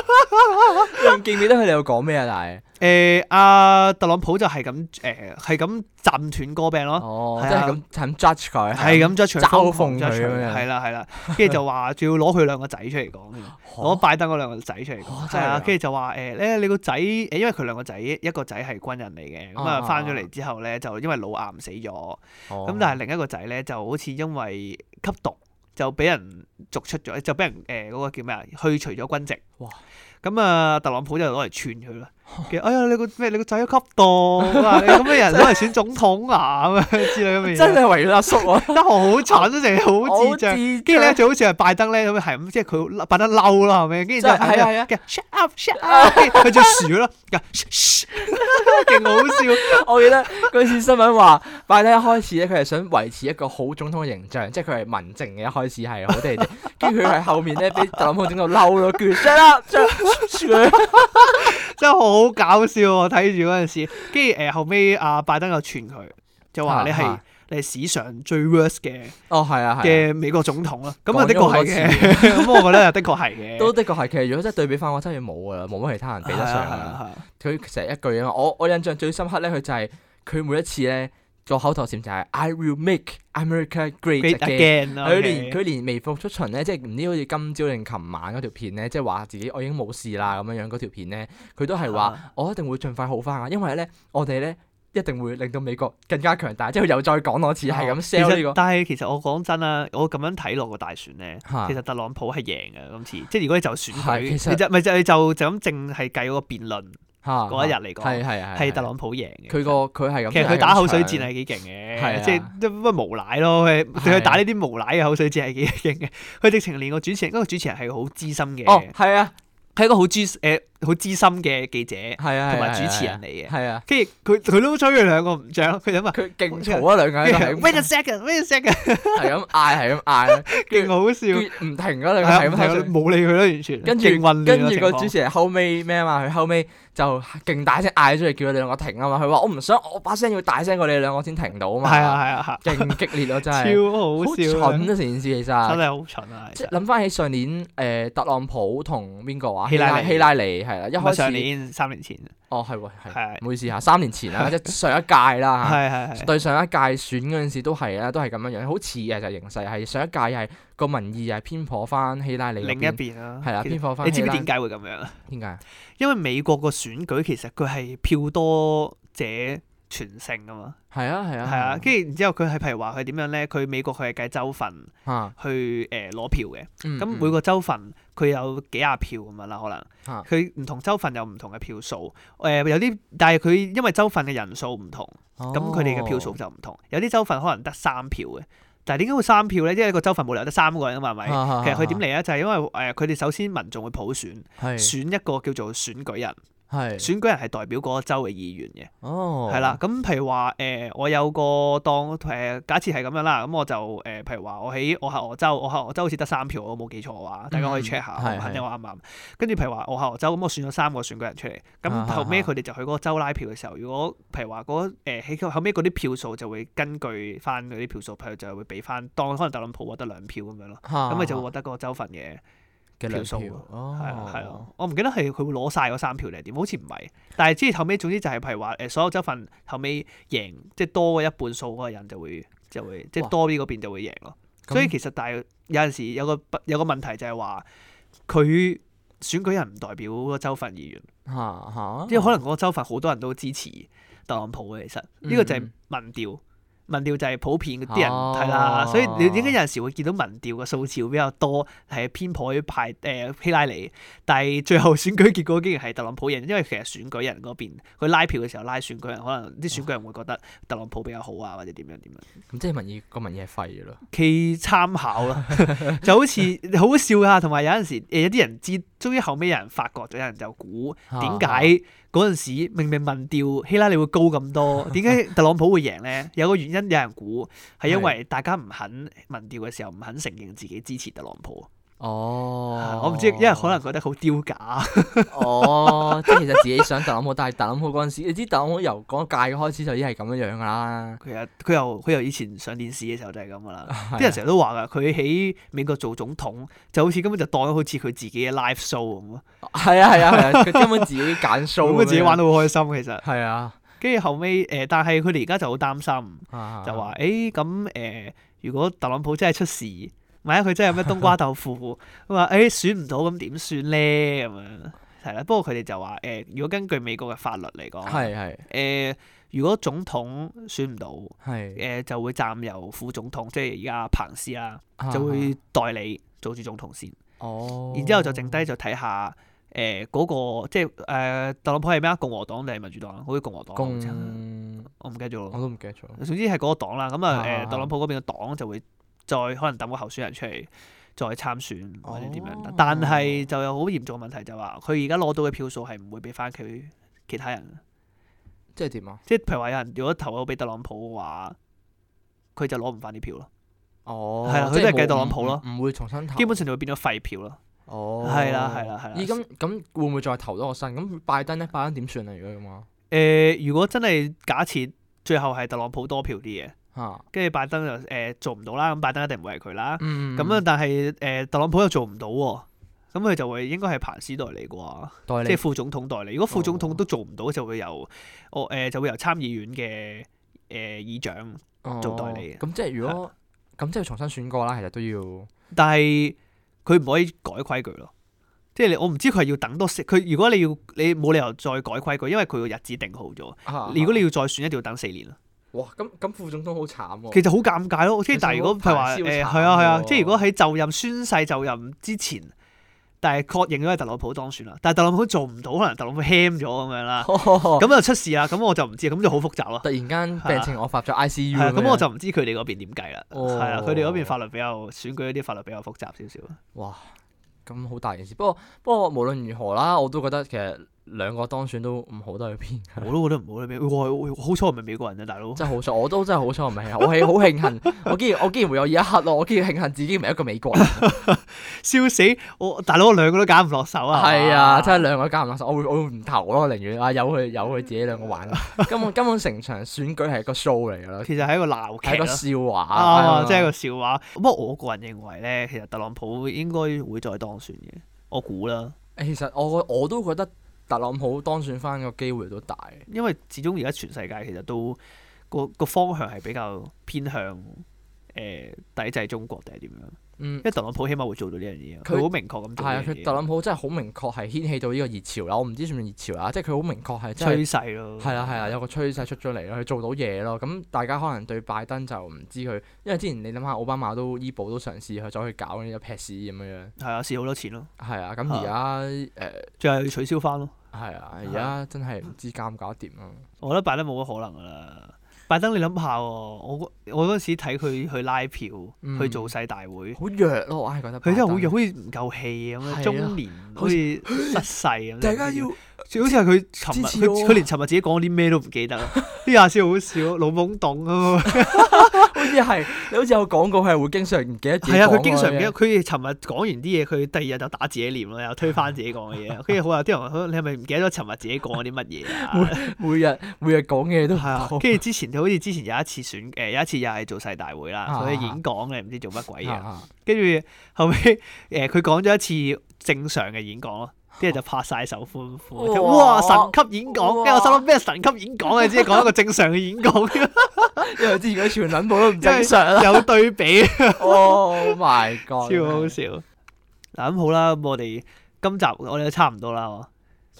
A: 你記唔記得佢哋有講咩啊？但
B: 誒阿特朗普就係咁誒係咁斬斷歌柄
A: 係
B: 咯，
A: 哦，
B: 係
A: 即係
B: 啊
A: 咁係咁啊 judge 佢，
B: 係咁 judge 佢
A: 嘲諷
B: 瘋狂
A: 佢
B: judge
A: 咁樣
B: 係啦係啦，跟住就話仲要攞佢兩個仔出嚟講 添，攞拜登嗰兩個仔出嚟
A: 哦
B: 講，係
A: 真係
B: 啊，
A: 啊
B: 跟住就話誒咧你個仔誒，因為佢兩個仔一個仔係軍人嚟嘅，咁啊
A: 哦
B: 翻咗嚟之後咧就因為腦癌死咗，
A: 咁
B: 咁但係另一個仔咧就好似因為吸毒就俾人逐出咗，就俾人誒嗰個叫咩啊，去除咗軍籍。
A: 哇！
B: 咁啊，特朗普就攞嚟串佢 啦。其實哎呀，你個咩？你個仔都吸毒啊！你咁嘅人攞嚟選總統啊咁樣之類咁嘅嘢，
A: 真係圍咗阿叔啊，
B: 得好蠢啊！成日 好智障。跟住咧，就好似係拜登咧咁樣，係咁即係佢呃拜登嬲啦，係咪？跟住之後
A: 真係係啊係啊
B: 跟住 shut up，shut up，跟住佢就樹啦，跟住 shh，shh，勁好笑。
A: 我記得嗰次新聞話，拜登一開始咧，佢係想維持一個好總統嘅形象，即係佢係文靜嘅，一開始係好地 地，跟住佢係後面咧俾特朗普整到嬲咯，跟住 shut up，
B: 真係好搞笑我睇住嗰陣時，跟住誒後尾阿拜登又傳佢，就話你係
A: 啊
B: 你係史上最 worst 嘅
A: 哦係啊係啊，
B: 嘅美國總統啦。咁啊，
A: 講咗
B: 的確
A: 好多
B: 係嘅。 咁我覺得的確係嘅。
A: 都的確係，其實如果真係對比翻，我真係冇噶啦，冇乜其他人比得上
B: 係啊係
A: 啦。
B: 啊係啊
A: 佢成日一句啊嘛，我我印象最深刻咧，佢就係、佢每一次咧個口頭禪就係、I will make America great
B: Great
A: again。
B: again 啊啦，
A: 佢連佢連微服出巡咧，即係唔知好似今朝定琴晚嗰條片咧，即係話自己我已經冇事啦咁樣樣嗰條片咧，佢都係話
B: 啊
A: 我一定會盡快好翻啊，因為咧我哋咧一定會令到美國更加強大，即係佢又再講多次係咁 sell 呢個
B: 但啊係其實我講真啦，我咁樣睇落個大選咧，
A: 嚇
B: 其實特朗普係贏嘅今次。即係如果你就選佢，
A: 啊係
B: 你
A: 其實
B: 就咪就你就就咁淨係計嗰個辯論
A: 嚇
B: 嗰一日嚟
A: 係
B: 講，
A: 係係
B: 係特朗普贏嘅。
A: 佢個佢係咁
B: 其實佢打口水戰
A: 係
B: 係幾勁嘅，
A: 係啊
B: 即係都乜無賴咯。佢佢
A: 係啊
B: 打呢啲無賴嘅口水戰係幾勁嘅。佢直情連個主持人，嗰個主持人係個好資深嘅，
A: 咁樣哦係啊
B: 係一個好資誒好資深嘅記者
A: 係啊
B: 同埋
A: 係啊
B: 主持
A: 係啊
B: 人嚟嘅。
A: 係啊
B: 跟住佢佢都吹佢兩個唔漲，佢諗啊
A: 佢勁嘈啊兩個人 係咁
B: wait a second，wait a second，
A: 係咁嗌，係 咁嗌，
B: 勁好笑。
A: 跟住唔停嗰兩個係
B: 係
A: 咁
B: 啊，
A: 睇嗰度。
B: 冇理佢啦，完全。
A: 跟住
B: 勁混亂
A: 跟
B: 啊個
A: 住
B: 情
A: 個主
B: 況
A: 持人後尾咩啊嘛？佢後尾就勁大聲嗌出嚟，叫佢哋兩個停啊嘛。佢話我唔想，我把聲要大聲過你哋兩個先停到啊嘛。
B: 係啊係啊係啊，
A: 勁激烈咯，真係
B: 超
A: 好
B: 好笑啊
A: 蠢啊！成件事其
B: 真
A: 實。
B: 係好蠢啊！其
A: 即係
B: 實
A: 諗翻起上年誒特朗普同邊個話？啊
B: 希拉里
A: 希拉里係啦，一
B: 唔係上
A: 開始
B: 年三年前，
A: 哦係喎係，
B: 係
A: 唔好意思嚇，三年前啦，啊即係上一屆啦嚇。
B: 係係係
A: 對上一屆選嗰陣時都係啊啦，都係咁樣樣，好似呃嘅就係形勢係上一屆係個民意係偏頗翻希拉里嗰
B: 另一
A: 邊
B: 邊啦。
A: 係啦，啊
B: 其
A: 偏
B: 實
A: 頗翻。
B: 你知唔知點解會咁樣啊？
A: 點解？
B: 因為美國個選舉其實佢係票多者全勝啊嘛，
A: 係啊係啊
B: 係啊，跟住然之後佢係譬如話佢點樣咧？佢美國佢係計州份
A: 啊
B: 去誒攞票嘅，咁
A: 咁
B: 每個州份佢有幾廿票咁樣啦，可能。
A: 嚇
B: 佢唔同州份有唔同嘅票數，誒、有啲，但係佢因為州份嘅人數唔同，咁佢哋嘅票數就唔同。有啲州份可能得三票嘅，但係點解會三票咧？因為個州份冇理由得三個人啊嘛，係咪？
A: 哦
B: 其實佢點嚟咧？就係、因為誒，呃佢、哋首先民眾會普選，
A: 係
B: 選一個叫做選舉人，
A: 係
B: 選舉人係代表嗰個州嘅議員嘅，
A: 哦
B: 係啦、咁譬如話誒、呃我有個當誒、呃假設係咁樣啦，咁我就誒、呃譬如話我喺我下俄州，我下俄州好似得三票，我冇記錯嘅話，大家可以
A: 嗯
B: check 下，
A: 係
B: 我唔肯定
A: 係
B: 我啱唔啱。跟住譬如話我下俄州，咁我選咗三個選舉人出嚟，咁
A: 啊
B: 後尾
A: 啊啊
B: 佢哋就去嗰個州拉票嘅時候，如果譬如話嗰誒喺後尾嗰啲票數就會根據翻嗰啲票數，譬如就會俾翻當可能特朗普獲得兩票咁樣咯，咁
A: 咁
B: 咪就會獲得嗰個州份嘅。
A: 嘅
B: 票
A: 兩
B: 數
A: 票
B: 喎
A: 哦
B: 係啊，係啊，我唔記得係佢會攞晒嗰三票定係點，好似唔係。但係之後尾總之就係譬如話誒，所有州份後尾贏，即係多過一半數嗰個人就會就會即係
A: 哇
B: 多啲嗰邊就會贏咯。
A: 咁
B: 所以其實但係有陣時有個不有個問題就係話佢選舉人唔代表嗰個州份議員，
A: 嚇嚇，
B: 因為可能嗰個州份好多人都支持特朗普嘅。其實呢個就係民調，民調就係普遍嗰啲人
A: 哦
B: 係啦，所以你點解有陣時會見到民調嘅數字會比較多係偏頗於派誒希拉里，但係最後選舉結果竟然係特朗普贏，因為其實選舉人嗰邊佢拉票嘅時候拉選舉人，可能啲選舉人會覺得特朗普比較好啊，或者點樣點樣。
A: 咁即係民意個民意係廢嘅咯。
B: 其參考啦， 就好似好好笑噶，同埋有陣時誒有啲人知，終於後尾有人發覺咗，有人就估點解嗰陣時明明民調希拉里會高咁 多，點解特朗普會贏咧？有個原因有人估係因為大家唔肯民調嘅時候唔肯承認自己支持特朗普，啊
A: 哦，
B: 我唔知，因為可能覺得好丟架，
A: 哦，即係其實自己想特朗普，但係特朗普嗰陣時，你知特朗普由嗰屆開始就已經係咁樣樣噶啦。
B: 佢又佢又佢又以前上電視嘅時候就 係啊咁噶啦。
A: 啲
B: 啲人成日都話㗎，佢喺美國做總統就好似根本就當咗好似佢自己嘅 live show 咁咯，
A: 係啊係啊 係啊，佢根本自己揀 show，
B: 咁佢自己玩到好開心其實。
A: 係啊，
B: 跟住後尾誒、呃但係佢哋而家就好擔心，就
A: 就
B: 話誒咁誒，如果特朗普真係出事，萬一佢真係有咩冬瓜豆 腐，佢話誒選唔到咁點算咧咁樣，係啦。不過佢哋就話誒、呃如果根據美國嘅法律嚟講，誒、
A: 係係
B: 如果總統選唔到，誒、
A: 係
B: 就會暫由副總統，即係而家彭斯啦，
A: 啊
B: 就會代理做住總統先，
A: 哦，
B: 然之後就剩低就睇下。誒嗰、個即係誒、呃特朗普係咩啊？共和黨定係民主黨啊？好似共和黨啊，好似係
A: 共，
B: 我唔記得咗咯
A: 我。都唔記得咗。
B: 總之係嗰個黨啦，咁啊
A: 啊
B: 誒特朗普嗰邊嘅黨就會再可能抌個候選人出嚟再參選或者點樣
A: 哦，
B: 但係就有好嚴重嘅問題就話佢而家攞到嘅票數係唔會俾翻佢其他人，
A: 即係點啊？
B: 即係譬如話有人如果投咗俾特朗普嘅話，佢就攞唔翻啲票咯，
A: 哦，
B: 係啦啊佢
A: 即
B: 都係
A: 冇
B: 計特朗普咯
A: 唔唔會重新投。
B: 基本上就會變咗廢票咯，
A: 哦，
B: 係啦係啦係啦
A: 咦，咁咁會唔會再投多個新？咁拜登咧，拜登點算啊？如果咁啊，
B: 誒如果真係假設最後係特朗普多票啲嘢，
A: 嚇，
B: 跟住拜登就誒、做唔到啦，咁拜登一定唔會係佢啦。
A: 嗯，
B: 咁啊，但係誒、特朗普又做唔到喎，咁佢就會應該係彭斯代理啩，即
A: 代
B: 係
A: 理
B: 副總統代理。如果副總統
A: 哦
B: 都做唔到，就會由哦我誒、就會由參議院嘅誒、議長。做代理啊
A: 哦咁即係如果咁即係重新選過啦，其實都要。
B: 但係佢唔可以改規矩咯，即係你我唔知佢係要等多四佢。如果你要你冇理由再改規矩，因為佢個日子定好咗。
A: 啊
B: 如果你要再選，一定要等四年啦。
A: 哇，咁咁副總統好慘喎。
B: 其實好尷尬咯，即係
A: 哦其實
B: 但係如果
A: 好
B: 譬如話誒
A: 排燒
B: 係
A: 慘
B: 啊係啊，
A: 喎
B: 即係如果喺就任宣誓就任之前，但係確認咗係特朗普當選啦，但係特朗普做唔到，可能特朗普 ham 咗咁樣啦，
A: 咁
B: 咁就出事啦，咁我就唔知，咁就好複雜咯。
A: 突然間病情惡化咗 ICU
B: 係啊，咁我
A: 樣
B: 就唔知佢哋嗰邊點計啦。
A: 哦
B: 係啊，佢哋嗰邊法律比較選舉嗰啲法律比較複雜少少。
A: 哇，咁好大件事。不過不過無論如何啦，我都覺得其實兩個當選都唔好得去邊，
B: 我都覺得唔好啦，美我我好彩我唔係美國人啊，大佬。
A: 真係好彩，我都真係好彩唔係，我 係好慶幸，我竟然我竟然會有呢一刻咯，我竟然慶幸自己唔係一個美 國人。
B: 笑死我，大佬我兩個都揀唔落手啊。
A: 係啊，真係
B: 係
A: 兩個加唔落手，我會我會唔投咯，寧願啊由佢由佢自己兩個玩 啦。根本根本成場選舉係一個 show 嚟㗎啦
B: 嘛，其實係一個鬧
A: 係
B: 劇咯。
A: 個笑話
B: 啊，
A: 啱
B: 即係一個笑話。不過我個人認為咧，其實特朗普應該會再當選嘅，我估啦。
A: 其實我我都覺得特朗普當選翻個機會都大。
B: 因為始終而家全世界其實都個個方向係比較偏向誒、抵制中國定係點樣？
A: 嗯
B: 因，為特朗普起碼會做到呢樣嘢，
A: 佢
B: 佢好明確咁做
A: 係啊，
B: 呢
A: 佢
B: 樣
A: 特
B: 嘢。
A: 朗普真係好明確係掀起到呢個熱潮啦，我唔知算唔算熱潮啊啦，即係佢好明確係真係
B: 趨勢咯，
A: 係啊啦係啦，有個趨勢出咗嚟咯，佢做到嘢咯。咁大家可能對拜登就唔知佢，因為之前你諗下奧巴馬都醫保都嘗試去走去搞呢一劈 E 屎咁樣樣，
B: 係啊，試好多錢咯，
A: 係啊。咁而家誒
B: 最後要取消翻咯。
A: 係啊，而家真係唔知搞唔搞得掂咯。
B: 我覺得拜登冇乜可能噶啦。拜登你諗下喎，我嗰我嗰陣時睇佢去拉票，
A: 嗯
B: 去造勢大會，
A: 好弱咯，我係啊覺得。
B: 佢真係好弱，。好似唔夠氣咁
A: 係
B: 樣，
A: 啊
B: 中年好似失勢咁。
A: 大家 要
B: 好似係佢尋
A: 支
B: 日，
A: 持
B: 佢
A: 我啊
B: 佢連尋日自己講啲咩都唔記得啦。呢下先好笑，老懵懂 啊！
A: 好似係你好似有講過，佢係會經常唔記得自己
B: 係啊，
A: 講
B: 佢經常
A: 嘅
B: 唔記得。佢尋日講完啲嘢，佢第二日就打自己臉啦，又推翻自己講嘅嘢。跟住好有啲人話：你係咪唔記得咗尋日自己講嗰啲乜嘢啊？
A: 每日每日講嘅嘢都
B: 係 啊，跟住之前好似之前有一次選誒、有一次又係做世大會啦，
A: 啊
B: 佢演講嘅唔知做乜鬼嘢，
A: 啊
B: 跟住後尾誒佢講咗一次正常嘅演講咯，啲人就拍晒手歡呼，哇！
A: 哦哇
B: 神級演講，跟住我心諗咩神級演講啊？只係講一個正常嘅演 講，
A: 因為之前嗰啲全撚部都唔正常啦。
B: 有對比，
A: Oh my god！
B: 超好笑。嗱咁好啦，咁我哋今集我哋都差唔多啦喎。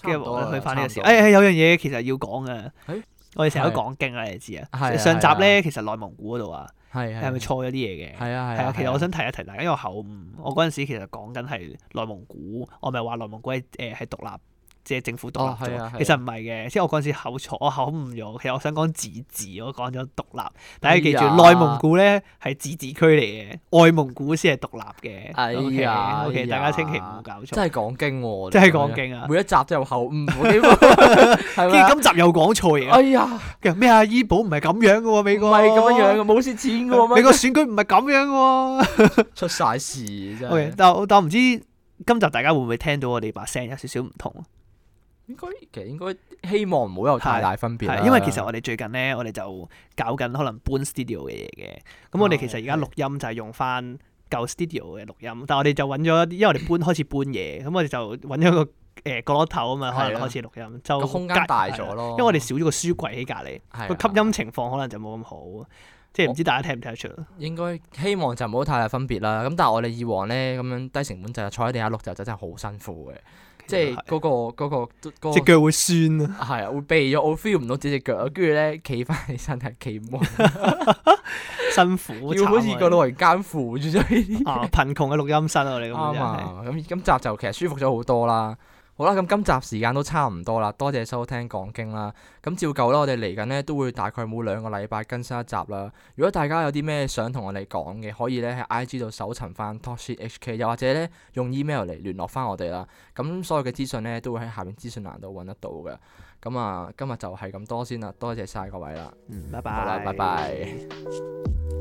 B: 跟住我哋去翻呢個時候，誒、哎、有樣嘢其實要講嘅
A: 誒，
B: 我哋成日都講經啦，你知啊。
A: 係啊
B: 上集
A: 係
B: 咧，其實內蒙古嗰度啊，
A: 係
B: 係咪錯咗啲嘢嘅？
A: 係啊
B: 係啊，其實我想提一提大家，因為我口誤，我嗰陣時其實講緊係內蒙古，我咪話內蒙古係誒係獨立，即係政府獨
A: 哦
B: 立
A: 係啊
B: 咗。
A: 係啊
B: 其實唔係嘅，即係我嗰陣時口錯，我口誤咗。其實我想講自治，我講咗獨立。大家記住，
A: 哎呀
B: 內蒙古咧係自治區嚟嘅，外蒙古先係獨立嘅。
A: 哎呀
B: o k
A: 哎
B: 大
A: 呀
B: 家千祈唔好搞錯。
A: 真係講經喎，
B: 真係講經啊
A: 每一集都有嗯後 誤喎，基本
B: 跟
A: 係咪啊
B: 住？今集又講錯嘢啊
A: 哎呀，
B: 嘅咩啊？醫保唔係咁樣嘅喎，美
A: 唔
B: 國
A: 係咁樣樣嘅，冇蝕錢 嘅喎，
B: 美國選舉唔係咁樣嘅喎。
A: 出晒事真
B: OK，
A: 係。
B: 但我但我唔知今集大家會唔會聽到我哋把聲有少少唔同，
A: 應該其實應該希望唔好有太大分別啦
B: 係因為其實我哋最近咧，我哋就搞緊可能搬 studio 嘅嘢嘅。
A: 哦
B: 咁我哋其實而家錄音就係用翻舊 studio 嘅錄音，但我哋就揾咗，因為我哋搬開始搬嘢，咁我哋就揾咗個誒角落頭啊嘛，可
A: 係
B: 能
A: 啊
B: 開始錄音，就
A: 個空
B: 隔
A: 間大咗咯
B: 啊因為我哋少咗個書櫃喺隔離，
A: 係啊
B: 個吸音情況可能就冇咁好，即係唔知大家聽唔聽得出啦。
A: 應該希望就唔好太大分別啦。咁但係我哋以往咧咁樣低成本就坐喺地下錄就真係好辛苦嘅，即係嗰個嗰個嗰
B: 只
A: 個
B: 腳會酸啊！
A: 係啊，會避咗，我 feel 唔到自己隻腳啊，跟住咧企翻起身係 企唔穩，
B: 辛苦，
A: 要好似個
B: 個
A: 老人家扶住咗呢啲。
B: 啊貧窮嘅錄音室啊，我哋咁樣
A: 啱
B: 就係。
A: 啊！咁今集就其實舒服咗好多啦。好啦，咁今集時間都差唔多啦，多謝收聽講經啦。咁照舊啦，我哋嚟緊呢都會大概每兩個禮拜更新一集啦。如果大家有啲咩想同我哋講嘅，可以呢喺 IG 度搜尋翻 TalkShitHK，又或者呢用 email 嚟聯絡翻我哋啦。咁所有嘅資訊呢都會喺下面資訊欄度揾得到嘅。咁啊，今日就係咁多先啦，多謝晒各位啦，
B: 嗯，拜
A: 好啦
B: 拜，，
A: 拜拜。